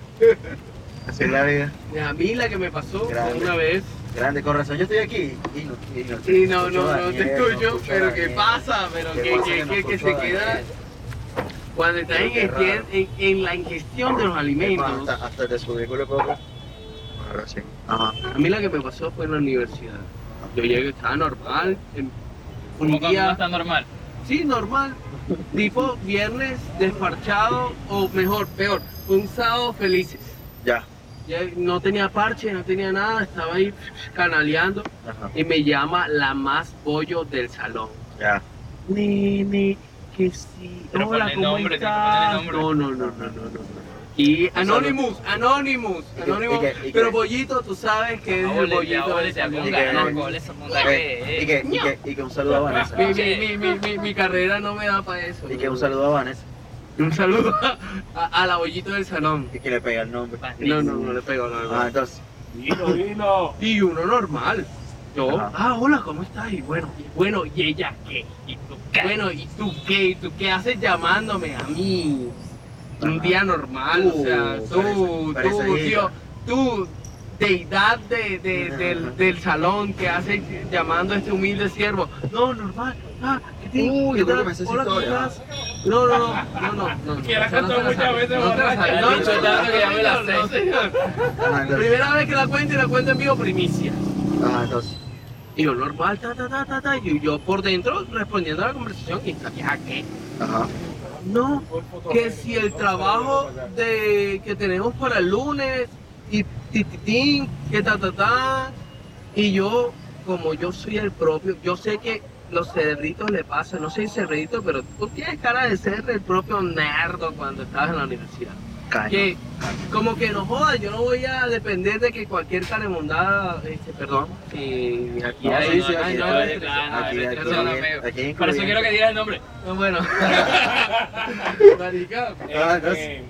Speaker 1: Así es la vida.
Speaker 3: A mí la que me pasó fue
Speaker 1: Grande.
Speaker 3: una vez.
Speaker 1: Grande, con razón. Yo estoy aquí y no, y no, te
Speaker 3: Y no,
Speaker 1: escucho,
Speaker 3: no, no
Speaker 1: Daniel,
Speaker 3: te
Speaker 1: no
Speaker 3: escucho,
Speaker 1: escucho,
Speaker 3: pero ¿qué
Speaker 1: Daniel.
Speaker 3: pasa? Pero
Speaker 1: ¿Qué
Speaker 3: que,
Speaker 1: pasa
Speaker 3: que,
Speaker 1: no
Speaker 3: que, que
Speaker 1: escucho,
Speaker 3: se queda
Speaker 1: Daniel?
Speaker 3: cuando estás en,
Speaker 1: Qué raro.
Speaker 3: gestión- en, en la ingestión de los
Speaker 1: Es más,
Speaker 3: alimentos.
Speaker 1: Hasta, hasta el desubículo poco. Ahora sí. Ajá.
Speaker 3: A mí la que me pasó fue en la universidad. Yo llegué, estaba normal. en- un
Speaker 2: Como cuando no
Speaker 3: día,
Speaker 2: está normal.
Speaker 3: sí, normal. Tipo viernes desparchado, o mejor, peor, un sábado felices.
Speaker 1: Ya.
Speaker 3: Ya no tenía parche, no tenía nada, estaba ahí canaleando
Speaker 1: Ajá.
Speaker 3: y me llama la más pollo del salón.
Speaker 1: Ya.
Speaker 3: Nene, que sí.
Speaker 2: Pero
Speaker 3: Hola,
Speaker 2: ponle
Speaker 3: ¿cómo
Speaker 2: nombre, tiene que
Speaker 3: estás?
Speaker 2: ponerle
Speaker 3: No,
Speaker 2: nombre.
Speaker 3: no, no,
Speaker 1: No,
Speaker 3: no.
Speaker 1: no, no, no.
Speaker 3: Y
Speaker 1: sea,
Speaker 3: Anonymous, Anonymous,
Speaker 1: y que-
Speaker 3: Anonymous.
Speaker 1: y que- y
Speaker 3: Pero
Speaker 1: que-
Speaker 3: Pollito, tú sabes que es el
Speaker 2: Ahora
Speaker 3: Pollito.
Speaker 2: ya, ahora
Speaker 3: del
Speaker 2: ya,
Speaker 3: salón.
Speaker 1: Y
Speaker 2: con
Speaker 1: que-
Speaker 2: ganas, con esa punta
Speaker 1: Eh, Y
Speaker 2: que.
Speaker 1: que, y que, y que un saludo a Vanessa.
Speaker 3: Mi, mi, mi, mi, mi, mi carrera no me da para eso.
Speaker 1: Y que un saludo a Vanessa.
Speaker 3: Un saludo a, a la Pollito del salón.
Speaker 1: Y que le pega el nombre.
Speaker 3: No, no, no le pego, no, no.
Speaker 1: Ah, entonces.
Speaker 4: Dilo, dilo.
Speaker 3: Y uno normal. Yo,
Speaker 1: Ajá.
Speaker 3: ah, hola, ¿cómo estás? Y bueno, y bueno, y ella qué.
Speaker 2: Y tú, ¿qué?
Speaker 3: Bueno, ¿y tú qué? ¿Y tú qué haces llamándome a mí? Un
Speaker 1: Ajá.
Speaker 3: día normal, o sea,
Speaker 1: Uh,
Speaker 3: tú,
Speaker 1: parece-
Speaker 3: tú,
Speaker 1: parece
Speaker 3: tío, tú, deidad de, de-
Speaker 1: Ajá.
Speaker 3: del, del salón que haces llamando a este humilde siervo. No, normal. Ah, ¿qué te-
Speaker 1: Uy,
Speaker 3: qué
Speaker 1: yo creo
Speaker 3: tal?
Speaker 1: que me sé esa
Speaker 3: Hola, ¿cómo
Speaker 1: historia.
Speaker 3: estás? No, no, no, no, no, no, no.
Speaker 4: Que la
Speaker 3: o sea, no
Speaker 4: cantó
Speaker 3: te la
Speaker 4: muchas
Speaker 3: sabes.
Speaker 4: veces
Speaker 3: No te la
Speaker 4: borracha.
Speaker 3: sabes.
Speaker 2: Ya
Speaker 3: No,
Speaker 2: dicho tanto que ya me la
Speaker 3: no, no,
Speaker 2: sé.
Speaker 3: señor.
Speaker 1: Ajá, entonces.
Speaker 3: Primera vez que la cuento y la cuento en vivo primicia.
Speaker 1: Ajá, entonces.
Speaker 3: Y yo normal, ta, ta, ta, ta, ta, y yo por dentro respondiendo a la conversación y esta vieja qué.
Speaker 1: Ajá.
Speaker 3: No, que si el trabajo de, que tenemos para el lunes y tititín, que ta, ta, ta. Y yo, como yo soy el propio, yo sé que los cerritos le pasan, no soy cerrito, pero tú tienes cara de ser el propio nerdo cuando estabas en la universidad.
Speaker 1: Caño.
Speaker 3: Que como que no joda, yo no voy a depender de que cualquier caremondada, este, perdón, eh, que aquí
Speaker 1: No,
Speaker 3: hay...
Speaker 1: sí, sí,
Speaker 3: ay,
Speaker 1: aquí
Speaker 3: no,
Speaker 1: hay-
Speaker 3: no, no, no,
Speaker 1: Aquí,
Speaker 2: no,
Speaker 1: aquí,
Speaker 2: no, no,
Speaker 1: aquí, aquí
Speaker 2: Por eso
Speaker 1: incluye-
Speaker 2: quiero que digas el nombre.
Speaker 3: no, Ah, Bueno, marica,
Speaker 1: Ah, entonces.
Speaker 4: Eh,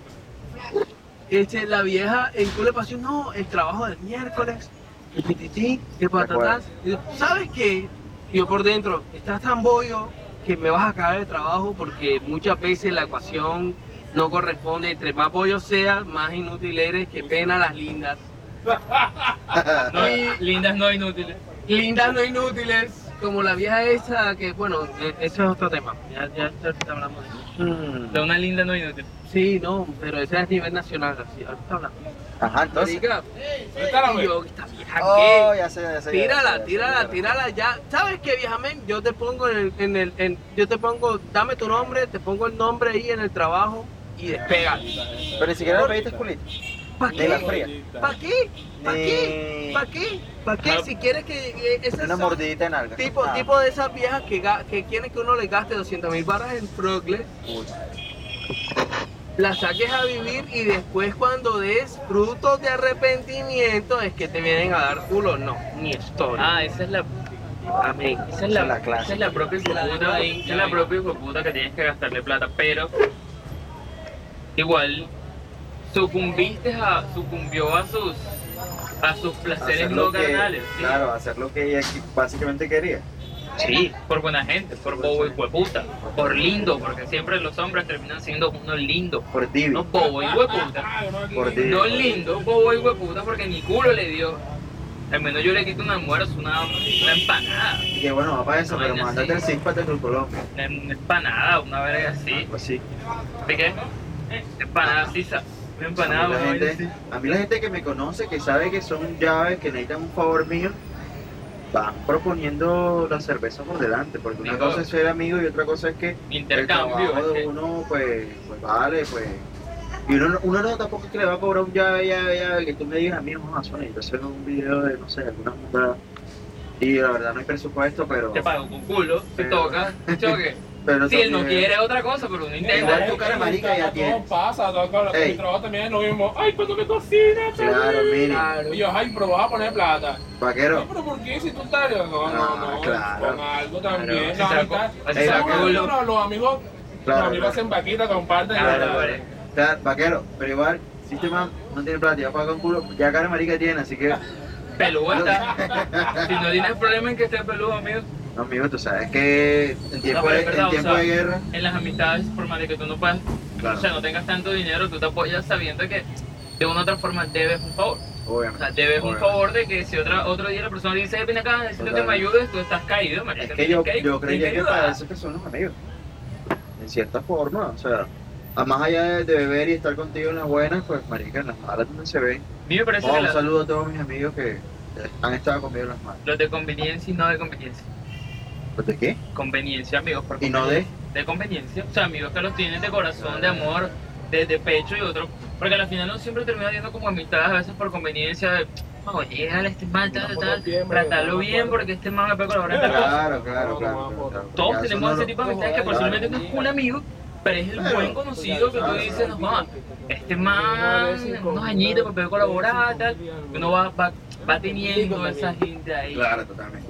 Speaker 3: este, la vieja en culo le pasó, no, el trabajo del miércoles, el titití, el patatás. Y yo, ¿Sabes qué? Y yo por dentro, estás tan bollo que me vas a cagar el trabajo porque muchas veces la ecuación no corresponde. Entre más bollo seas, más inútil eres, que pena las lindas. ah,
Speaker 2: No, lindas no inútiles.
Speaker 3: Lindas no inútiles, como la vieja esa, que bueno, e- eso es otro tema. Ya, ya, ahorita hablamos de eso.
Speaker 1: Mm.
Speaker 2: De una linda no inútil.
Speaker 3: Sí, no, pero ese es a nivel nacional, así, ahorita hablamos.
Speaker 1: Ajá, entonces.
Speaker 3: Marica,
Speaker 4: suéltala,
Speaker 3: y
Speaker 4: güey.
Speaker 3: yo, esta vieja, ¿qué?
Speaker 1: Oh, ya sé, ya sé, ya sé, ya
Speaker 3: Tírala,
Speaker 1: sé,
Speaker 3: tírala,
Speaker 1: ya sé.
Speaker 3: tírala ya. ¿Sabes qué, vieja men? Yo te pongo en el, en el en- yo te pongo, dame tu nombre, te pongo el nombre ahí en el trabajo y despega.
Speaker 1: Pero ni siquiera le pediste culito.
Speaker 3: ¿Para
Speaker 1: De la
Speaker 3: qué?
Speaker 1: fría.
Speaker 3: ¿Para qué? ¿Para qué?
Speaker 1: Ni
Speaker 3: ¿Para qué? ¿Para qué?
Speaker 2: Ah.
Speaker 3: Si quieres que eh, esas
Speaker 1: Una Ah.
Speaker 3: son
Speaker 1: mordidita en algo.
Speaker 3: tipo tipo de esas viejas que ga- que quieren que uno le gaste 200 mil barras en Froglet, las saques a vivir y después cuando des frutos de arrepentimiento es que te vienen a dar culo. No, ni historia.
Speaker 2: Ah, esa es la.
Speaker 3: Amén.
Speaker 2: Esa es
Speaker 1: Esa
Speaker 2: la,
Speaker 1: es la clase.
Speaker 2: Esa es la propia hijueputa. Esa es la propia hijueputa que tienes que gastarle plata. Pero. Igual. Sucumbiste a. Sucumbió a sus. A sus placeres no carnales. ¿sí?
Speaker 1: Claro, hacer lo que ella básicamente quería.
Speaker 2: Sí, por buena gente, por bobo y hueputa, por lindo, porque siempre los hombres terminan siendo unos lindos,
Speaker 1: Por Divi.
Speaker 2: no bobo y hueputa.
Speaker 1: Por Divi.
Speaker 2: No lindo, bobo y hueputa, porque ni culo le dio. Al menos yo le quito un almuerzo, una, una empanada,
Speaker 1: Y que bueno, va para eso,
Speaker 2: No,
Speaker 1: pero
Speaker 2: vaina
Speaker 1: mandate el
Speaker 2: así.
Speaker 1: zip para Tour Colombia.
Speaker 2: una empanada, una verga así.
Speaker 1: Pues sí.
Speaker 2: ¿De qué? Empanada sisa, una empanada,
Speaker 1: a, mí
Speaker 2: una
Speaker 1: la
Speaker 2: vaina
Speaker 1: gente,
Speaker 2: así.
Speaker 1: a mí la gente que me conoce, que sabe que son llaves, que necesitan un favor mío, van proponiendo la cerveza por delante. Porque una
Speaker 2: Amigo.
Speaker 1: cosa es ser amigo y otra cosa es que el
Speaker 2: Intercambio.
Speaker 1: trabajo de
Speaker 2: ¿sí?
Speaker 1: uno, pues, pues vale, pues. Y uno, no- uno no tampoco es que le va a cobrar un llave, llave, llave, que tú me digas a mí, vamos a hacer hacer un video de, no sé, alguna puta. Y la verdad no hay presupuesto, pero.
Speaker 2: Te pago con culo, te
Speaker 1: Pero-
Speaker 2: toca, choque.
Speaker 1: pero
Speaker 2: Si él no
Speaker 1: también-
Speaker 2: quiere otra cosa, pero
Speaker 1: Igual
Speaker 2: uno intenta.
Speaker 1: tu cara de marica ya
Speaker 4: Todo
Speaker 1: tienes.
Speaker 4: pasa, todo con
Speaker 1: Ey.
Speaker 4: mi trabajo también es lo mismo. Ay, cuando me cocinas,
Speaker 1: Claro, mira.
Speaker 4: Y yo, ay, pero vas a poner plata.
Speaker 1: Vaquero.
Speaker 4: No, pero ¿por qué si tú estás? No, no,
Speaker 1: Ah,
Speaker 4: no,
Speaker 1: claro.
Speaker 4: con algo también.
Speaker 2: Claro,
Speaker 4: la
Speaker 2: así sea,
Speaker 4: amistad-
Speaker 2: así
Speaker 4: Ey,
Speaker 1: sea,
Speaker 4: bueno,
Speaker 2: culo.
Speaker 4: no, los amigos,
Speaker 1: Claro,
Speaker 4: los amigos
Speaker 1: claro.
Speaker 4: hacen vaquita, comparten.
Speaker 2: Claro,
Speaker 4: ¿verdad?
Speaker 2: vale.
Speaker 1: Claro, vaquero, pero igual, si este man no tiene plata, ya paga un culo, ya cara de marica tiene, así que.
Speaker 2: Peludo está. si no tienes problema en que esté peludo, amigo.
Speaker 1: No, amigo, tú sabes que en tiempo,
Speaker 2: No, pero
Speaker 1: de,
Speaker 2: es verdad,
Speaker 1: en
Speaker 2: o
Speaker 1: tiempo
Speaker 2: sea,
Speaker 1: de guerra,
Speaker 2: En las amistades, por más de que tú no puedas,
Speaker 1: claro,
Speaker 2: o sea, no tengas tanto dinero, tú te apoyas sabiendo que de una u otra forma debes un favor. O
Speaker 1: obviamente.
Speaker 2: sea, debes un
Speaker 1: Obviamente.
Speaker 2: favor de que si otra, otro día la persona dice, "Eh, ven acá, necesito que me
Speaker 1: Totalmente.
Speaker 2: ayudes, tú estás caído, marica,
Speaker 1: Es que
Speaker 2: tienes
Speaker 1: yo,
Speaker 2: que-
Speaker 1: yo
Speaker 2: tienes
Speaker 1: creía que
Speaker 2: ayudar.
Speaker 1: para esas personas, amigos, en cierta forma, o sea, a más allá de, de beber y estar contigo en las buenas, pues, marica, en las malas también se ven.
Speaker 2: A mí me parece
Speaker 1: Oh,
Speaker 2: que
Speaker 1: un
Speaker 2: la-
Speaker 1: saludo a todos mis amigos que eh, han estado conmigo en las malas.
Speaker 2: los de conveniencia y no de conveniencia.
Speaker 1: ¿Pues ¿De qué?
Speaker 2: Conveniencia, amigos, por
Speaker 1: Y no de...
Speaker 2: de conveniencia. O sea, amigos que los tienen de corazón, de amor, de, de pecho y otro. Porque al final no siempre termina viendo como amistades, a veces por conveniencia. De, oye, dale, este mal, tal, tal, tal. Tratarlo bien porque este man me pega la hora. tal".
Speaker 1: Claro, claro, claro.
Speaker 4: No, no,
Speaker 1: claro,
Speaker 4: no,
Speaker 1: claro.
Speaker 2: Todos
Speaker 1: Ya, eso
Speaker 2: tenemos
Speaker 1: no
Speaker 2: ese
Speaker 1: lo-
Speaker 2: tipo de
Speaker 4: no,
Speaker 2: amistades que
Speaker 4: claro.
Speaker 2: personalmente no es un amigo, pero es el
Speaker 1: Claro.
Speaker 2: buen conocido que tú dices, no, va, este man, unos añitos me pegó colaborar, tal. Uno va, va, va teniendo esa gente ahí.
Speaker 1: Claro, totalmente.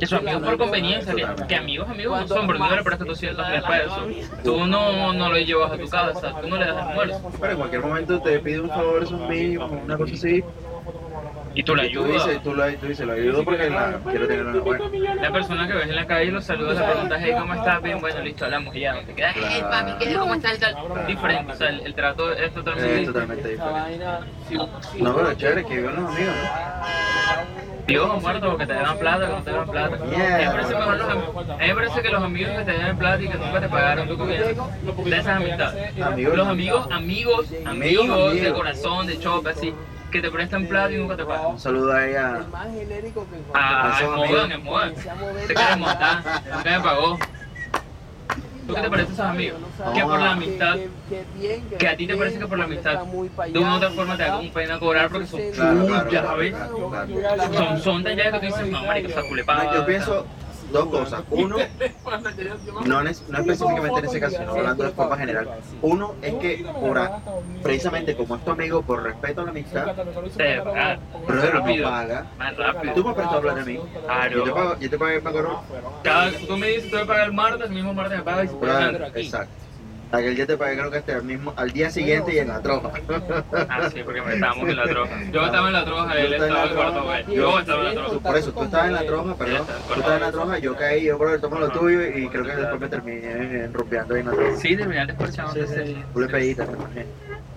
Speaker 2: Que son amigos por conveniencia, que, que amigos, amigos no son, pero tú no le prestas 200 mil pesos. Tú no, no lo llevas a tu casa, tú no le das almuerzo.
Speaker 1: Pero en cualquier momento te pide un favor, es un mínimo, una cosa así.
Speaker 2: Y tú le
Speaker 1: y tú
Speaker 2: ayudas.
Speaker 1: dices, tú, lo, tú dices, lo ayudo porque la- quiero tener una buena.
Speaker 2: La persona que ves en la calle lo saludas, le preguntas, hey, ¿cómo estás? Bien, bueno, listo, hablamos y ya. Te quedas, hey, papi, ¿qué? ¿Cómo estás? Y tal. Diferente, o sea, el, el trato es totalmente
Speaker 1: Es
Speaker 2: distinto.
Speaker 1: Eh, totalmente diferente. No, pero chévere, que vivan los amigos, ¿no?
Speaker 2: Dios o muerto, porque te dan plata, que no te dan plata. A mí me parece mejor los am- a mí me parece que los amigos que te dan plata y que nunca te pagaron, tú comienzas de esas amistades.
Speaker 1: Amigos.
Speaker 2: Los amigos, amigos,
Speaker 1: Amigos,
Speaker 2: amigos de
Speaker 1: amigos.
Speaker 2: corazón, de chopa, así, que te prestan plata y nunca te pagan.
Speaker 1: Un saludo a ella.
Speaker 5: El más genérico que
Speaker 2: Ah, es
Speaker 1: Eso,
Speaker 2: moda,
Speaker 1: amigo.
Speaker 2: es moda. Te quieres montar, nunca me pagó. ¿Tú qué te parece a esos amigos? Que por la amistad, que a ti te parece que por la amistad, de una u otra forma te hagan pena cobrar porque son
Speaker 1: Claro,
Speaker 2: tuyas,
Speaker 1: claro, claro,
Speaker 2: ¿ves?
Speaker 1: claro, claro.
Speaker 2: Son, son de allá que tú dices, no, marica, o sea, culepada.
Speaker 1: No, Yo pienso dos cosas. Uno,
Speaker 4: No,
Speaker 1: no, es- no específicamente en ese caso, sino hablando de forma general. Uno es que, por a- precisamente como es tu amigo, por respeto a la amistad, pero
Speaker 2: Se
Speaker 1: él
Speaker 2: ah, lo
Speaker 1: no
Speaker 2: pido.
Speaker 1: paga.
Speaker 2: Más rápido.
Speaker 1: Tú me prestas a hablar a mí.
Speaker 2: Claro.
Speaker 1: Yo te pago, yo te pago, pago
Speaker 2: Cada, tú me dices, te voy a pagar el martes, el mismo martes me pagas y se puede
Speaker 1: Claro,
Speaker 2: ganar.
Speaker 1: exacto. Aquel día te pagué creo que hasta el mismo, al día siguiente y en la tropa.
Speaker 2: Ah, sí, porque me estábamos en la troja. Yo estaba en la troja, él
Speaker 1: Yo estaba en la
Speaker 2: estaba en cuarto
Speaker 1: troja.
Speaker 2: güey. Yo estaba en la troja.
Speaker 1: Tú- Por eso, tú estabas en la troja, perdón. Tú estabas en la troja, yo caí, yo, brother, toma lo tuyo y creo que después me terminé rompeando ahí en la troja.
Speaker 2: Sí, terminar despachado
Speaker 1: Sí,
Speaker 2: antes
Speaker 1: sí,
Speaker 2: de
Speaker 1: sí. Una pedita, me imagino.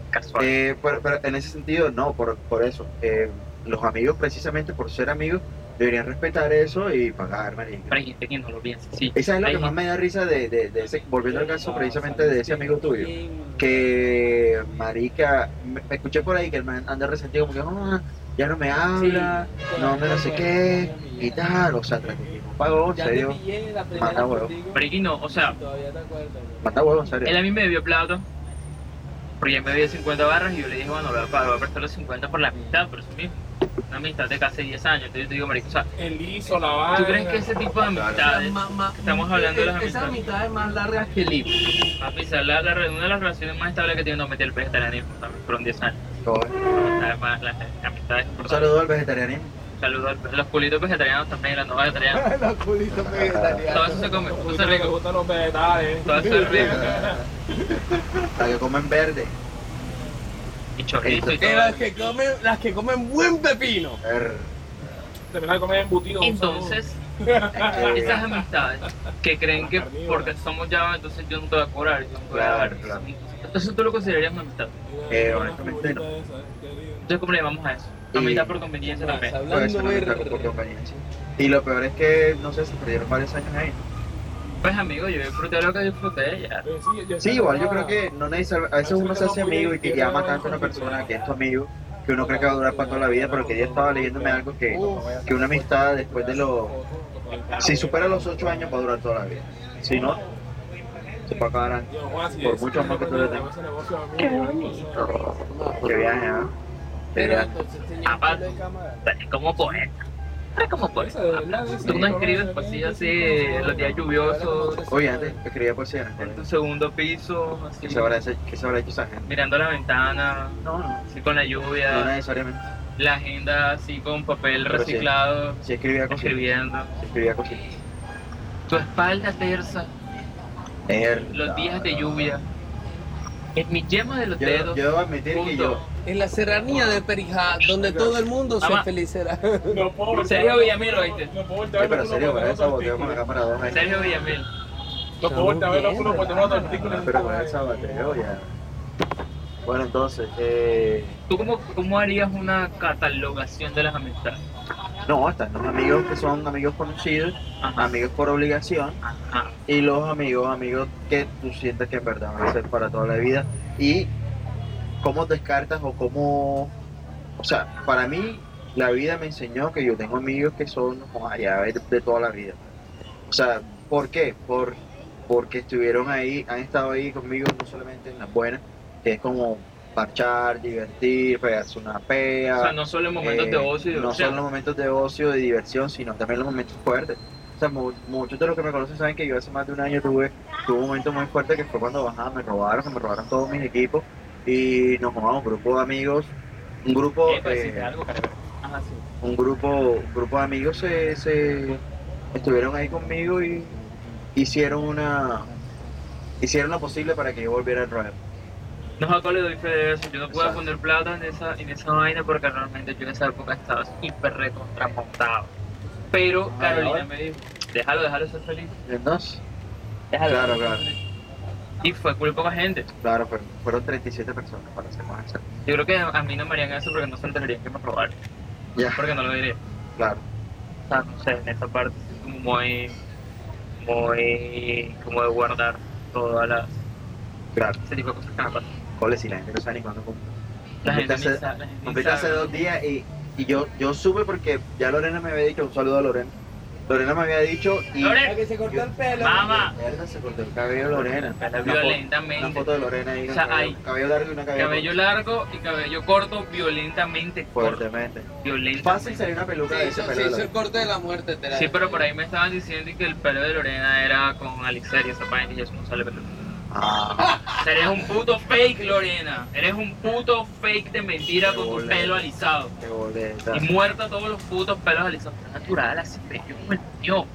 Speaker 2: casual.
Speaker 1: Eh, pero, pero en ese sentido, no, por, por eso. eh, los amigos, precisamente por ser amigos, deberían respetar eso y pagar, marica.
Speaker 2: Pero hay gente que no lo piensa, sí.
Speaker 1: Esa es lo
Speaker 2: Hay
Speaker 1: que más
Speaker 2: gente-
Speaker 1: me da risa de, de- de ese, volviendo al caso precisamente de ese amigo tuyo. Que, marica, me, me escuché por ahí que el man anda resentido como que, "Ah, ya no me habla, no me no sé qué, y tal, o sea, tranquilo, pagó, en serio, Mata huevo.
Speaker 2: Pero aquí no, o sea,
Speaker 1: mata huevo, en serio.
Speaker 2: él a mí me debió plata. Porque él me debió 50 barras y yo le dije, bueno, le voy a pagar, voy a prestar los 50 por la amistad, por eso mismo. Una amistad de casi 10 años. Entonces yo te digo, marico, o sea,
Speaker 4: El liso, la
Speaker 2: ¿tú
Speaker 4: vaina.
Speaker 2: crees que ese tipo de amistades, estamos hablando de las
Speaker 3: Esas
Speaker 2: amistades,
Speaker 3: amistades más largas que el libro.
Speaker 2: papi, esa es la, la, una de las relaciones más estables que tiene no meter el vegetarianismo también, fueron 10 años.
Speaker 1: Joder.
Speaker 2: Las amistades, las amistades
Speaker 1: Un
Speaker 2: importantes.
Speaker 1: saludo al vegetarianismo.
Speaker 2: Saludos a los culitos vegetarianos también, las no vegetarianas.
Speaker 5: Los culitos
Speaker 2: Todo eso se come, todo eso es
Speaker 4: Me
Speaker 2: rico,
Speaker 4: gustan los vegetales.
Speaker 2: todo eso es rico.
Speaker 1: La que comen verde.
Speaker 2: Y chorizo y
Speaker 5: Que las
Speaker 2: todo.
Speaker 5: que comen, las que comen buen pepino.
Speaker 1: Er,
Speaker 4: Terminan de comer embutidos.
Speaker 2: Entonces,
Speaker 1: eh,
Speaker 2: esas amistades que creen que porque somos ya, entonces yo no te voy a cobrar, yo no te voy a dar.
Speaker 1: Claro,
Speaker 2: Entonces tú lo considerarías una amistad.
Speaker 1: eh, honestamente no.
Speaker 2: Entonces, ¿cómo le llamamos a eso?
Speaker 1: Y-
Speaker 2: Amistad por conveniencia también.
Speaker 1: Por eso
Speaker 5: Hablando
Speaker 1: no me preocupo por
Speaker 5: verde.
Speaker 1: compañía, sí. Y lo peor es que, no sé, se perdieron varios años ahí.
Speaker 2: Pues amigo, yo disfruté lo que disfruté ya.
Speaker 4: Pues
Speaker 1: Sí, igual yo creo que no necesariamente, a veces uno se hace amigo y que ya ama tanto a una persona que es tu amigo, que uno cree que va a durar para toda la vida, pero que ya estaba leyéndome algo que, que una amistad después de los, si supera los ocho años va a durar toda la vida. Si no, se puede acabar antes. Por mucho más que tú le tengas. Que viaje, ¿ah? Que
Speaker 5: Pero
Speaker 1: viaje.
Speaker 5: entonces
Speaker 2: Aparte.
Speaker 5: tenía de cámara.
Speaker 2: Pues, Es como poeta. Es como poeta. Tú no escribes poesía así eh, los días lluviosos,
Speaker 1: Oye, antes escribía poesía en el
Speaker 2: en tu
Speaker 1: colegio.
Speaker 2: segundo piso, así,
Speaker 1: ¿Qué se habrá hecho- qué se habrá hecho esa gente?
Speaker 2: mirando la ventana,
Speaker 1: No, no,
Speaker 2: así con la
Speaker 1: no
Speaker 2: lluvia,
Speaker 1: necesariamente.
Speaker 2: la agenda así con papel
Speaker 1: Pero sí.
Speaker 2: reciclado,
Speaker 1: Sí escribía cositas.
Speaker 2: escribiendo.
Speaker 1: Sí escribía cositas.
Speaker 2: Tu espalda tersa,
Speaker 1: Er,
Speaker 2: los días de
Speaker 1: claro.
Speaker 2: lluvia, En mi yema de los
Speaker 1: Yo, yo
Speaker 2: dedos.
Speaker 1: debo admitir que yo,
Speaker 2: punto.
Speaker 5: En la serranía de Perijá, donde todo el mundo se
Speaker 2: Ama.
Speaker 5: felicerá.
Speaker 4: No puedo voltear.
Speaker 2: Sergio Villamil, ¿oíste?
Speaker 4: No puedo
Speaker 1: Oye,
Speaker 4: voltear a ver
Speaker 1: eh, pero
Speaker 4: los
Speaker 1: serio,
Speaker 4: unos
Speaker 1: para esa
Speaker 4: por
Speaker 1: boteo
Speaker 4: el
Speaker 1: con la
Speaker 4: otro artículo.
Speaker 1: cámara 2 ahí.
Speaker 2: Sergio Villamil.
Speaker 4: No puedo voltear a ver los
Speaker 5: Estamos
Speaker 4: unos por el otro artículo.
Speaker 1: Ah, Pero con esa boteo ya. Bueno, entonces, eh,
Speaker 2: ¿Tú cómo, cómo harías una catalogación de las amistades?
Speaker 1: no, están los amigos que son amigos conocidos,
Speaker 2: Ajá.
Speaker 1: amigos por obligación,
Speaker 2: Ajá.
Speaker 1: y los amigos, amigos que tú sientes que en verdad van a ser para toda la vida. Y cómo descartas o cómo. O sea, para mí, la vida me enseñó que yo tengo amigos que son o sea, ya de, de toda la vida. O sea, ¿por qué? Por, porque estuvieron ahí, han estado ahí conmigo no solamente en las buenas, que es como parchar, divertir, pegarse una pea.
Speaker 2: O sea, no solo en momentos
Speaker 1: Eh,
Speaker 2: de ocio y de
Speaker 1: No
Speaker 2: ocio.
Speaker 1: solo los momentos de ocio, de diversión, sino también los momentos fuertes. O sea, mu- muchos de los que me conocen saben que yo hace más de un año tuve, tuve un momento muy fuerte que fue cuando bajaba, me robaron, que me robaron todos mis equipos y nos formamos un grupo de amigos, un grupo,
Speaker 2: Eh, pues,
Speaker 1: eh,
Speaker 2: hiciste algo, cara. Ajá, sí.
Speaker 1: un grupo, un grupo de amigos se, se- estuvieron ahí conmigo y hicieron una hicieron lo posible para que yo volviera al ruedo.
Speaker 2: No, Jacob, le doy fe de eso. Yo no puedo
Speaker 1: Exacto.
Speaker 2: poner plata en esa, en esa vaina porque realmente yo en esa época estaba hiper recontramontado. Pero
Speaker 1: Ah,
Speaker 2: Carolina
Speaker 1: ahora.
Speaker 2: me dijo, déjalo, déjalo ser feliz.
Speaker 1: Entonces,
Speaker 2: Déjalo.
Speaker 1: Claro,
Speaker 2: ser
Speaker 1: claro.
Speaker 2: feliz". Y fue muy poca gente.
Speaker 1: claro, fueron, fueron 37 personas para ser más exacto.
Speaker 2: Yo creo que a mí no me harían eso porque no se enterarían que me robaron.
Speaker 1: Ya,
Speaker 2: Porque no lo diría.
Speaker 1: claro.
Speaker 2: O sea, no sé, en esa parte soy como muy, muy, como de guardar todas las,
Speaker 1: Claro,
Speaker 2: ese tipo de cosas que me pasan.
Speaker 1: cole si la gente no sabe ni cuándo cumple.
Speaker 2: La gente
Speaker 1: Ahorita
Speaker 2: ni
Speaker 1: se-
Speaker 2: sa- la gente ni
Speaker 1: Completé hace
Speaker 2: sabe.
Speaker 1: dos días y, y yo, yo supe porque ya Lorena me había dicho, un saludo a Lorena. Lorena me había dicho y
Speaker 2: Lore,
Speaker 5: La que se cortó el pelo.
Speaker 2: mamá,
Speaker 1: Mierda, se cortó el cabello Lorena.
Speaker 2: Me la
Speaker 1: Una fo-
Speaker 2: violentamente.
Speaker 1: Una foto de Lorena ahí.
Speaker 2: O sea,
Speaker 1: con cabello,
Speaker 2: hay
Speaker 1: cabello largo y una cabello,
Speaker 2: cabello largo y cabello corto, violentamente corto.
Speaker 1: Fuertemente.
Speaker 2: Violentamente.
Speaker 1: Fácil sería una peluca de
Speaker 5: Se
Speaker 1: ese
Speaker 5: hizo,
Speaker 1: pelo
Speaker 5: se
Speaker 1: de
Speaker 5: hizo el
Speaker 1: Lorena.
Speaker 5: corte de la muerte. te la-
Speaker 2: Sí, pero por ahí me estaban diciendo que el pelo de Lorena era con Alixer y esa vaina y eso no sale pelo.
Speaker 1: Ah,
Speaker 2: O sea, eres un puto fake, Lorena. Eres un puto fake de mentira con tu
Speaker 1: Hola.
Speaker 2: pelo alisado.
Speaker 1: qué boleta.
Speaker 2: Y muerta todos los putos pelos alisados. Está natural, así bello como el mío.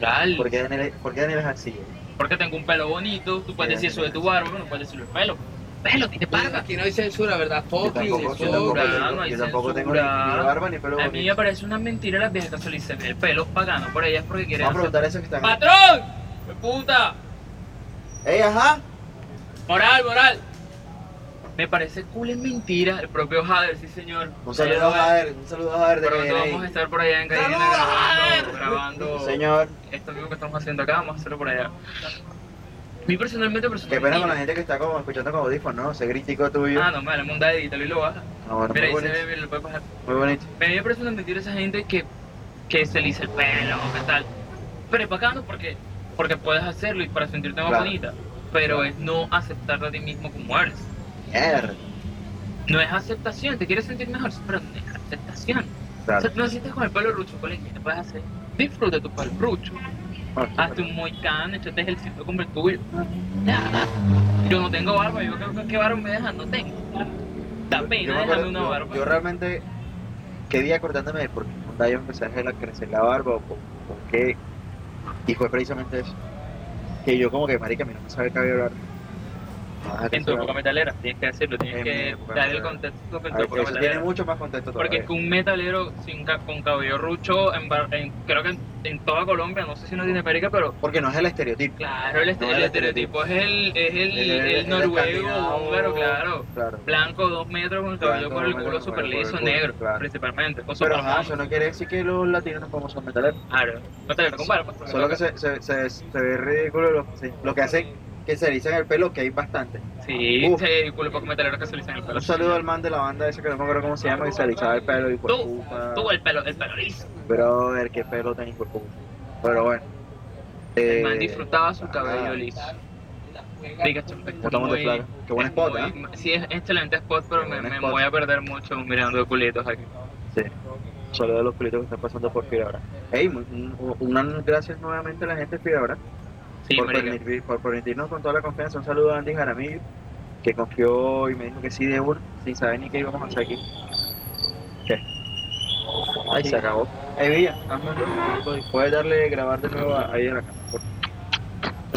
Speaker 2: Natural.
Speaker 1: ¿Por qué Daniel, por qué Daniel es así?
Speaker 2: Porque tengo un pelo bonito. Tú puedes decir eso de tu barba, pero no puedes decir el pelo. Pelo, tiene
Speaker 5: Bueno,
Speaker 2: barba.
Speaker 5: Aquí no hay censura, ¿verdad?
Speaker 1: Yo
Speaker 5: Fucking,
Speaker 1: tampoco, yo
Speaker 5: sobra.
Speaker 1: tampoco,
Speaker 2: censura,
Speaker 1: tengo-
Speaker 2: no hay
Speaker 1: yo tampoco tengo ni,
Speaker 2: censura.
Speaker 1: ni barba ni pelo
Speaker 2: A mí me
Speaker 1: bonito.
Speaker 2: parece una mentira las viejas que solicitan el pelo pagano por ellas porque quieren.
Speaker 1: Vamos a
Speaker 2: hacer-
Speaker 1: preguntar a esos que están. ahí.
Speaker 2: ¡Patrón! ¡Me puta!
Speaker 1: ¡Ey, ajá!
Speaker 2: Moral, moral. Me parece cool es mentira. El propio Jader, sí señor.
Speaker 1: Un saludo a Jader, un saludo a Jader de que
Speaker 2: Pronto
Speaker 1: viene
Speaker 2: vamos a
Speaker 1: ahí.
Speaker 2: estar por allá en Cadena
Speaker 5: ¡Saluda,
Speaker 2: grabando,
Speaker 5: Jader!
Speaker 2: grabando
Speaker 1: Señor,
Speaker 2: esto mismo que estamos haciendo acá, vamos a hacerlo por allá. A mí personalmente,
Speaker 1: qué pena con la
Speaker 2: personalmente.
Speaker 1: gente que está como escuchando como audífonos, ¿no? Ese gritico tuyo.
Speaker 2: Ah, no, me la monta de editarlo y lo baja.
Speaker 1: No, bueno, muy
Speaker 2: Mira, ahí se
Speaker 1: bonito.
Speaker 2: ve, mira, lo puede bajar.
Speaker 1: Muy bonito.
Speaker 2: A mí me parece una mentira esa gente que, que se lisa el pelo o que tal. Pero es bacano porque, porque puedes hacerlo y para sentirte más
Speaker 1: Claro.
Speaker 2: bonita. Pero es no aceptarte a ti mismo como eres.
Speaker 1: Mierda.
Speaker 2: No es aceptación, te quieres sentir mejor, pero no es aceptación. O sea,
Speaker 1: Claro.
Speaker 2: tú naciste con el pelo rucho, colega, ¿qué te puedes hacer? Disfruta tu pelo rucho, hazte un moicano, échate ejercicio como el tuyo. Nada. Yo no tengo barba, yo creo que qué barba me dejan, no tengo. Da
Speaker 1: Yo
Speaker 2: pena,
Speaker 1: me
Speaker 2: déjame pues.
Speaker 1: acuerdo-
Speaker 2: una
Speaker 1: yo-
Speaker 2: barba.
Speaker 1: Yo, realmente quedé acordándome de por qué cuando yo empecé a hacer la- crecer la barba o por, por qué. Y fue precisamente eso. Que yo como que, marica, mira, no sabe qué hablar. Ah,
Speaker 2: En tu época metalera, tienes que decirlo, tienes
Speaker 1: En mi
Speaker 2: que
Speaker 1: época
Speaker 2: dar el
Speaker 1: metalera.
Speaker 2: contexto que en tu época
Speaker 1: Eso tiene
Speaker 2: metalera.
Speaker 1: mucho eh. más contexto
Speaker 2: Porque
Speaker 1: todavía.
Speaker 2: es que un metalero sin ca- con cabello rucho, en, bar- en- creo que en, en toda Colombia, no sé si no tiene América, pero
Speaker 1: Porque no es el estereotipo.
Speaker 2: claro, el, este-
Speaker 1: No, el
Speaker 2: el estereotipo es el, es el,
Speaker 1: El- el-
Speaker 2: el
Speaker 1: el
Speaker 2: noruego,
Speaker 1: escandinavo.
Speaker 2: húngaro, claro.
Speaker 1: Claro.
Speaker 2: Blanco, dos metros, con el cabello
Speaker 1: Blanco,
Speaker 2: por el
Speaker 1: dos
Speaker 2: culo
Speaker 1: metros,
Speaker 2: super
Speaker 1: con el
Speaker 2: liso,
Speaker 1: culo,
Speaker 2: negro,
Speaker 1: claro.
Speaker 2: principalmente. O
Speaker 1: Pero
Speaker 2: super
Speaker 1: ajá, eso no quiere decir que los latinos no podemos ser metaleros.
Speaker 2: Claro, no te lo comparo. pues,
Speaker 1: Solo que se, se, se, se ve ridículo lo, que se- lo que hacen que se erizan el pelo, que hay bastante.
Speaker 2: Sí,
Speaker 1: Uf.
Speaker 2: sí, culo poco metalero que se le hicieron el pelo.
Speaker 1: Un saludo al man de la banda ese que no me acuerdo cómo se llama, que se erizaba el pelo y fue
Speaker 2: Tú, tú, el pelo, el pelo liso.
Speaker 1: Brother, qué pelo tan hijo de puta. Pero bueno. Eh,
Speaker 2: El man disfrutaba su cabello
Speaker 1: ah,
Speaker 2: liso. Diga, chum,
Speaker 1: No estamos de
Speaker 2: muy-
Speaker 1: plata. Qué buen
Speaker 2: es
Speaker 1: spot,
Speaker 2: muy-
Speaker 1: ¿eh?
Speaker 2: Sí, es excelente spot, pero
Speaker 1: Qué
Speaker 2: me,
Speaker 1: buen
Speaker 2: me
Speaker 1: spot.
Speaker 2: voy a perder mucho mirando culitos aquí.
Speaker 1: Sí. Saludos a los culitos que están pasando por Fibra. Hey, unas gracias nuevamente a la gente de Fibra
Speaker 2: Sí,
Speaker 1: por,
Speaker 2: marica.
Speaker 1: permitir- por permitirnos con toda la confianza. Un saludo a Andy Jaramillo, que confió y me dijo que sí de una, sin saber ni qué íbamos a hacer aquí. ¿Qué? Ay, se acabó. Hey, Villa, hazme un favor, puedes darle grabar de nuevo a- ahí a la cámara. por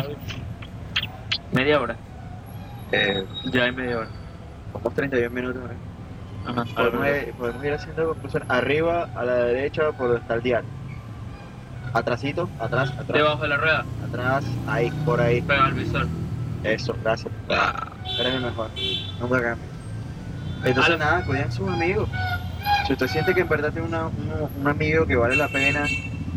Speaker 1: favor?
Speaker 2: Media hora.
Speaker 1: Eh,
Speaker 2: Ya hay media hora.
Speaker 1: como 32 minutos. ¿eh?
Speaker 2: Ajá.
Speaker 1: Podemos, ir, podemos ir haciendo conclusión. Arriba, a la derecha, por donde está el dial. Atrasito, atrás, atrás,
Speaker 2: Debajo de la rueda,
Speaker 1: atrás, ahí, por ahí.
Speaker 2: pega al visor.
Speaker 1: Eso, gracias. Eres el mejor. Nunca cambies. Entonces,
Speaker 2: Alan.
Speaker 1: nada, cuiden sus amigos. Si usted siente que en verdad tiene una- una- un amigo que vale la pena,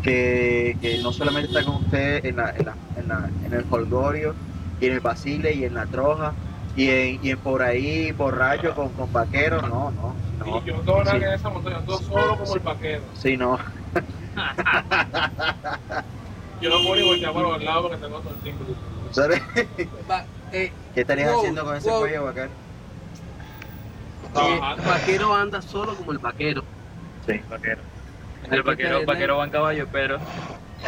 Speaker 1: que, que no solamente está con usted en, la- en, la- en la- en el holgorio, y en el basile, y en la troja, y en, y en por ahí, borracho, con, con vaqueros, no, no, no.
Speaker 4: Y yo todo
Speaker 1: Sí.
Speaker 4: en esa montaña, ando solo como el vaquero.
Speaker 1: Sí, no.
Speaker 4: Yo no puedo ni voltear para los lados porque tengo todo el tiempo.
Speaker 1: ¿Sabes?
Speaker 5: Va- eh,
Speaker 1: ¿Qué estarías
Speaker 5: Wow,
Speaker 1: haciendo con ese
Speaker 5: wow.
Speaker 1: cuello, vaquero?
Speaker 3: Eh,
Speaker 4: Trabajando.
Speaker 3: vaquero anda solo como el vaquero.
Speaker 1: Sí, vaquero.
Speaker 2: El vaquero, vaquero va en caballo, pero.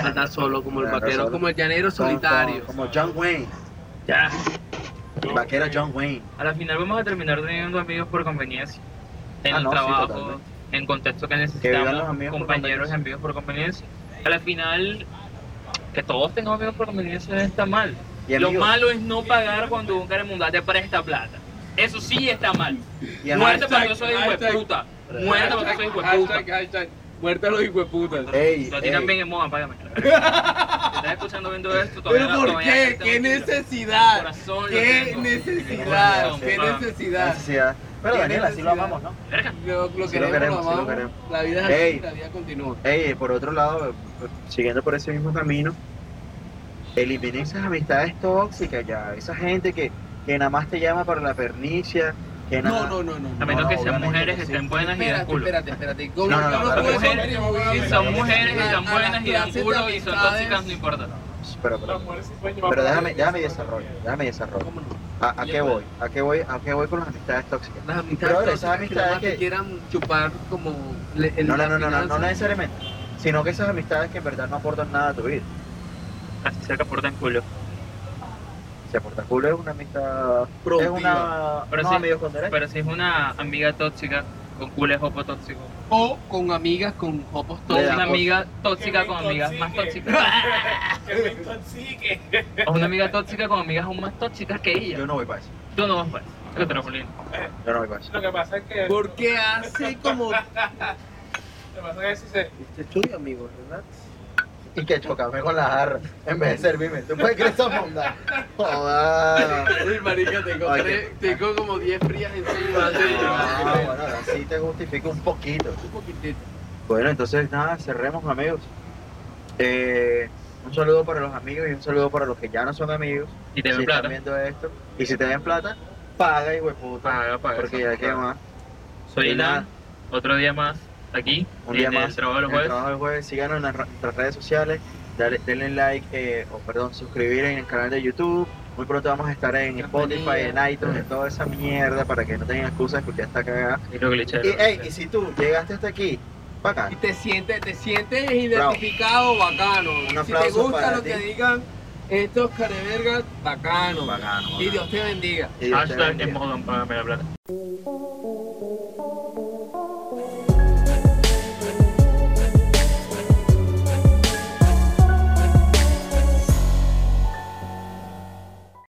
Speaker 3: Anda solo como el
Speaker 1: Anda
Speaker 3: vaquero,
Speaker 1: solo.
Speaker 3: como el llanero solitario.
Speaker 1: Como, John Wayne.
Speaker 2: Ya.
Speaker 1: El vaquero John Wayne.
Speaker 2: A la final vamos a terminar teniendo amigos por conveniencia. En
Speaker 1: Ah,
Speaker 2: el
Speaker 1: no, sí,
Speaker 2: trabajo,
Speaker 1: totalmente.
Speaker 2: en contexto que
Speaker 1: Que vivan los
Speaker 2: necesitamos,
Speaker 1: amigos por
Speaker 2: compañeros y
Speaker 1: conveniencia.
Speaker 2: amigos por conveniencia. A la final, que todos tengamos amigos por conveniencia no está mal.
Speaker 1: Y
Speaker 2: Lo
Speaker 1: amigos,
Speaker 2: malo es no pagar cuando un caremundal te presta plata. Eso sí está mal.
Speaker 1: y amigos.
Speaker 2: Muerte para que soy hijo de
Speaker 5: hashtag.
Speaker 2: puta. Muerte para que soy hijo de puta.
Speaker 5: hashtag, hashtag, muerta los hijueputas.
Speaker 1: Ey,
Speaker 2: Lo
Speaker 1: ey.
Speaker 2: tiran bien en moda, págame. Si estás escuchando viendo esto, todavía
Speaker 5: ¿Pero por
Speaker 2: todavía
Speaker 5: qué?
Speaker 2: está
Speaker 5: ¿Qué
Speaker 2: tranquilo.
Speaker 5: necesidad?
Speaker 2: Corazón, lo
Speaker 5: ¿Qué
Speaker 2: tengo.
Speaker 5: necesidad?
Speaker 2: Corazón,
Speaker 5: ¿Qué
Speaker 2: papá.
Speaker 5: necesidad?
Speaker 1: Necesidad. Pero
Speaker 5: Qué
Speaker 1: Daniel, así lo
Speaker 5: necesidad.
Speaker 1: amamos, ¿no?
Speaker 2: Verga.
Speaker 5: Lo, lo
Speaker 1: Sí lo
Speaker 5: queremos,
Speaker 1: queremos,
Speaker 5: lo
Speaker 1: sí lo
Speaker 5: amamos.
Speaker 1: queremos.
Speaker 5: La vida es así,
Speaker 1: Ey.
Speaker 5: la vida continúa.
Speaker 1: Ey, por otro lado, eh, siguiendo por ese mismo camino, eliminen esas amistades tóxicas ya. Esa gente que, que nada más te llama para la pernicia, que nada...
Speaker 5: No, no, no, no.
Speaker 2: A
Speaker 5: no.
Speaker 2: menos
Speaker 1: No,
Speaker 2: que sean
Speaker 1: obviamente
Speaker 2: mujeres,
Speaker 1: que sí.
Speaker 2: estén buenas y den
Speaker 5: Espérate,
Speaker 2: culo.
Speaker 5: espérate, espérate. ¿Cómo
Speaker 1: No, no, no,
Speaker 5: yo
Speaker 1: para
Speaker 5: puedo
Speaker 1: mujeres,
Speaker 5: contribuir
Speaker 2: Si son mujeres
Speaker 5: a-
Speaker 2: y son
Speaker 5: a
Speaker 2: buenas
Speaker 5: las
Speaker 2: y dan
Speaker 5: clases de
Speaker 2: culo y son
Speaker 5: amistades?
Speaker 2: tóxicas, no importa.
Speaker 1: Pero,
Speaker 4: Las
Speaker 1: pero,
Speaker 4: mujeres sí pueden llevar
Speaker 1: pero
Speaker 4: para
Speaker 1: déjame,
Speaker 4: ellas,
Speaker 1: déjame
Speaker 4: eso
Speaker 1: desarrollo,
Speaker 4: también.
Speaker 1: déjame desarrollo.
Speaker 5: ¿Cómo no?
Speaker 1: ¿A, a qué voy? ¿A qué voy? ¿A qué voy con las amistades tóxicas?
Speaker 3: Las
Speaker 1: Pero ahora,
Speaker 3: amistades
Speaker 1: esas
Speaker 3: tóxicas que nada más
Speaker 1: amistades
Speaker 3: te
Speaker 1: que-
Speaker 3: quieran chupar como le- el-
Speaker 1: No, no,
Speaker 3: la
Speaker 1: no, no, no, no
Speaker 3: finanza.
Speaker 1: necesariamente. Sino que esas amistades que en verdad no aportan nada a tu vida.
Speaker 2: Así se aportan culo.
Speaker 1: Se aporta culo es una amistad... Es
Speaker 3: Productiva.
Speaker 1: una...
Speaker 2: Pero
Speaker 1: no,
Speaker 2: sí.
Speaker 1: amigos con derecho.
Speaker 2: Pero si es una amiga tóxica, con culo es jopo tóxico.
Speaker 3: O con amigas con hopos
Speaker 2: O
Speaker 1: Le
Speaker 3: tóxicos.
Speaker 1: da
Speaker 2: una
Speaker 1: por-
Speaker 2: amiga tóxica
Speaker 4: Que me
Speaker 2: con amigas más
Speaker 4: intoxique.
Speaker 2: tóxicas.
Speaker 4: Que me intoxique.
Speaker 2: O una amiga tóxica con amigas aún más tóxicas que
Speaker 1: Yo
Speaker 2: ella.
Speaker 1: no voy para eso.
Speaker 2: Tú no vas para eso. Yo te lo juro.
Speaker 1: Yo no voy para eso.
Speaker 4: Lo que pasa es que.
Speaker 5: Porque hace como.
Speaker 4: Lo que pasa es que si se.
Speaker 3: Este es tuyo, amigo, ¿verdad?
Speaker 1: y que chocame con la jarra en vez de servirme. ¿Tú puedes creer esa bondad? Joda.
Speaker 5: Uy, marica, tengo,
Speaker 1: Ay,
Speaker 5: tres- tengo como 10 frías encima.
Speaker 1: Ah, bueno, ahora sí te justifico un poquito.
Speaker 5: Un poquitito.
Speaker 1: Bueno, entonces nada, cerremos amigos. Eh, un saludo para los amigos y un saludo para los que ya no son amigos.
Speaker 2: Y te
Speaker 1: si
Speaker 2: ven
Speaker 1: están
Speaker 2: plata.
Speaker 1: viendo esto. Y si te den plata, paga, hijo de puta.
Speaker 2: Paga, paga.
Speaker 1: Porque ya que más.
Speaker 2: Soy
Speaker 1: Y nada.
Speaker 2: Ilan. Otro día más aquí.
Speaker 1: Un
Speaker 2: en
Speaker 1: día
Speaker 2: el
Speaker 1: más.
Speaker 2: trabajo de los
Speaker 1: El
Speaker 2: jueves.
Speaker 1: trabajo del jueves. Síganos en las ra- nuestras redes sociales. Dale, denle like, eh, o perdón, suscribir en el canal de YouTube. Muy pronto vamos a estar en Spotify, en iTunes, en toda esa mierda para que no tengan excusa de escuchar esta cagada.
Speaker 2: Y lo
Speaker 1: Y,
Speaker 2: glitchero.
Speaker 1: ey, y si tú llegaste hasta aquí,
Speaker 5: Y
Speaker 1: bacán.
Speaker 5: te sientes, te sientes identificado, bacano. si te
Speaker 1: aplauso
Speaker 5: gusta
Speaker 1: para
Speaker 5: lo
Speaker 1: ti.
Speaker 5: que digan estos carevergas, bacano.
Speaker 1: Bacano,
Speaker 5: Y
Speaker 1: bacano.
Speaker 5: Dios te bendiga.
Speaker 1: Y Dios te
Speaker 2: Hashtag
Speaker 1: bendiga.
Speaker 2: en modo, págame la plata.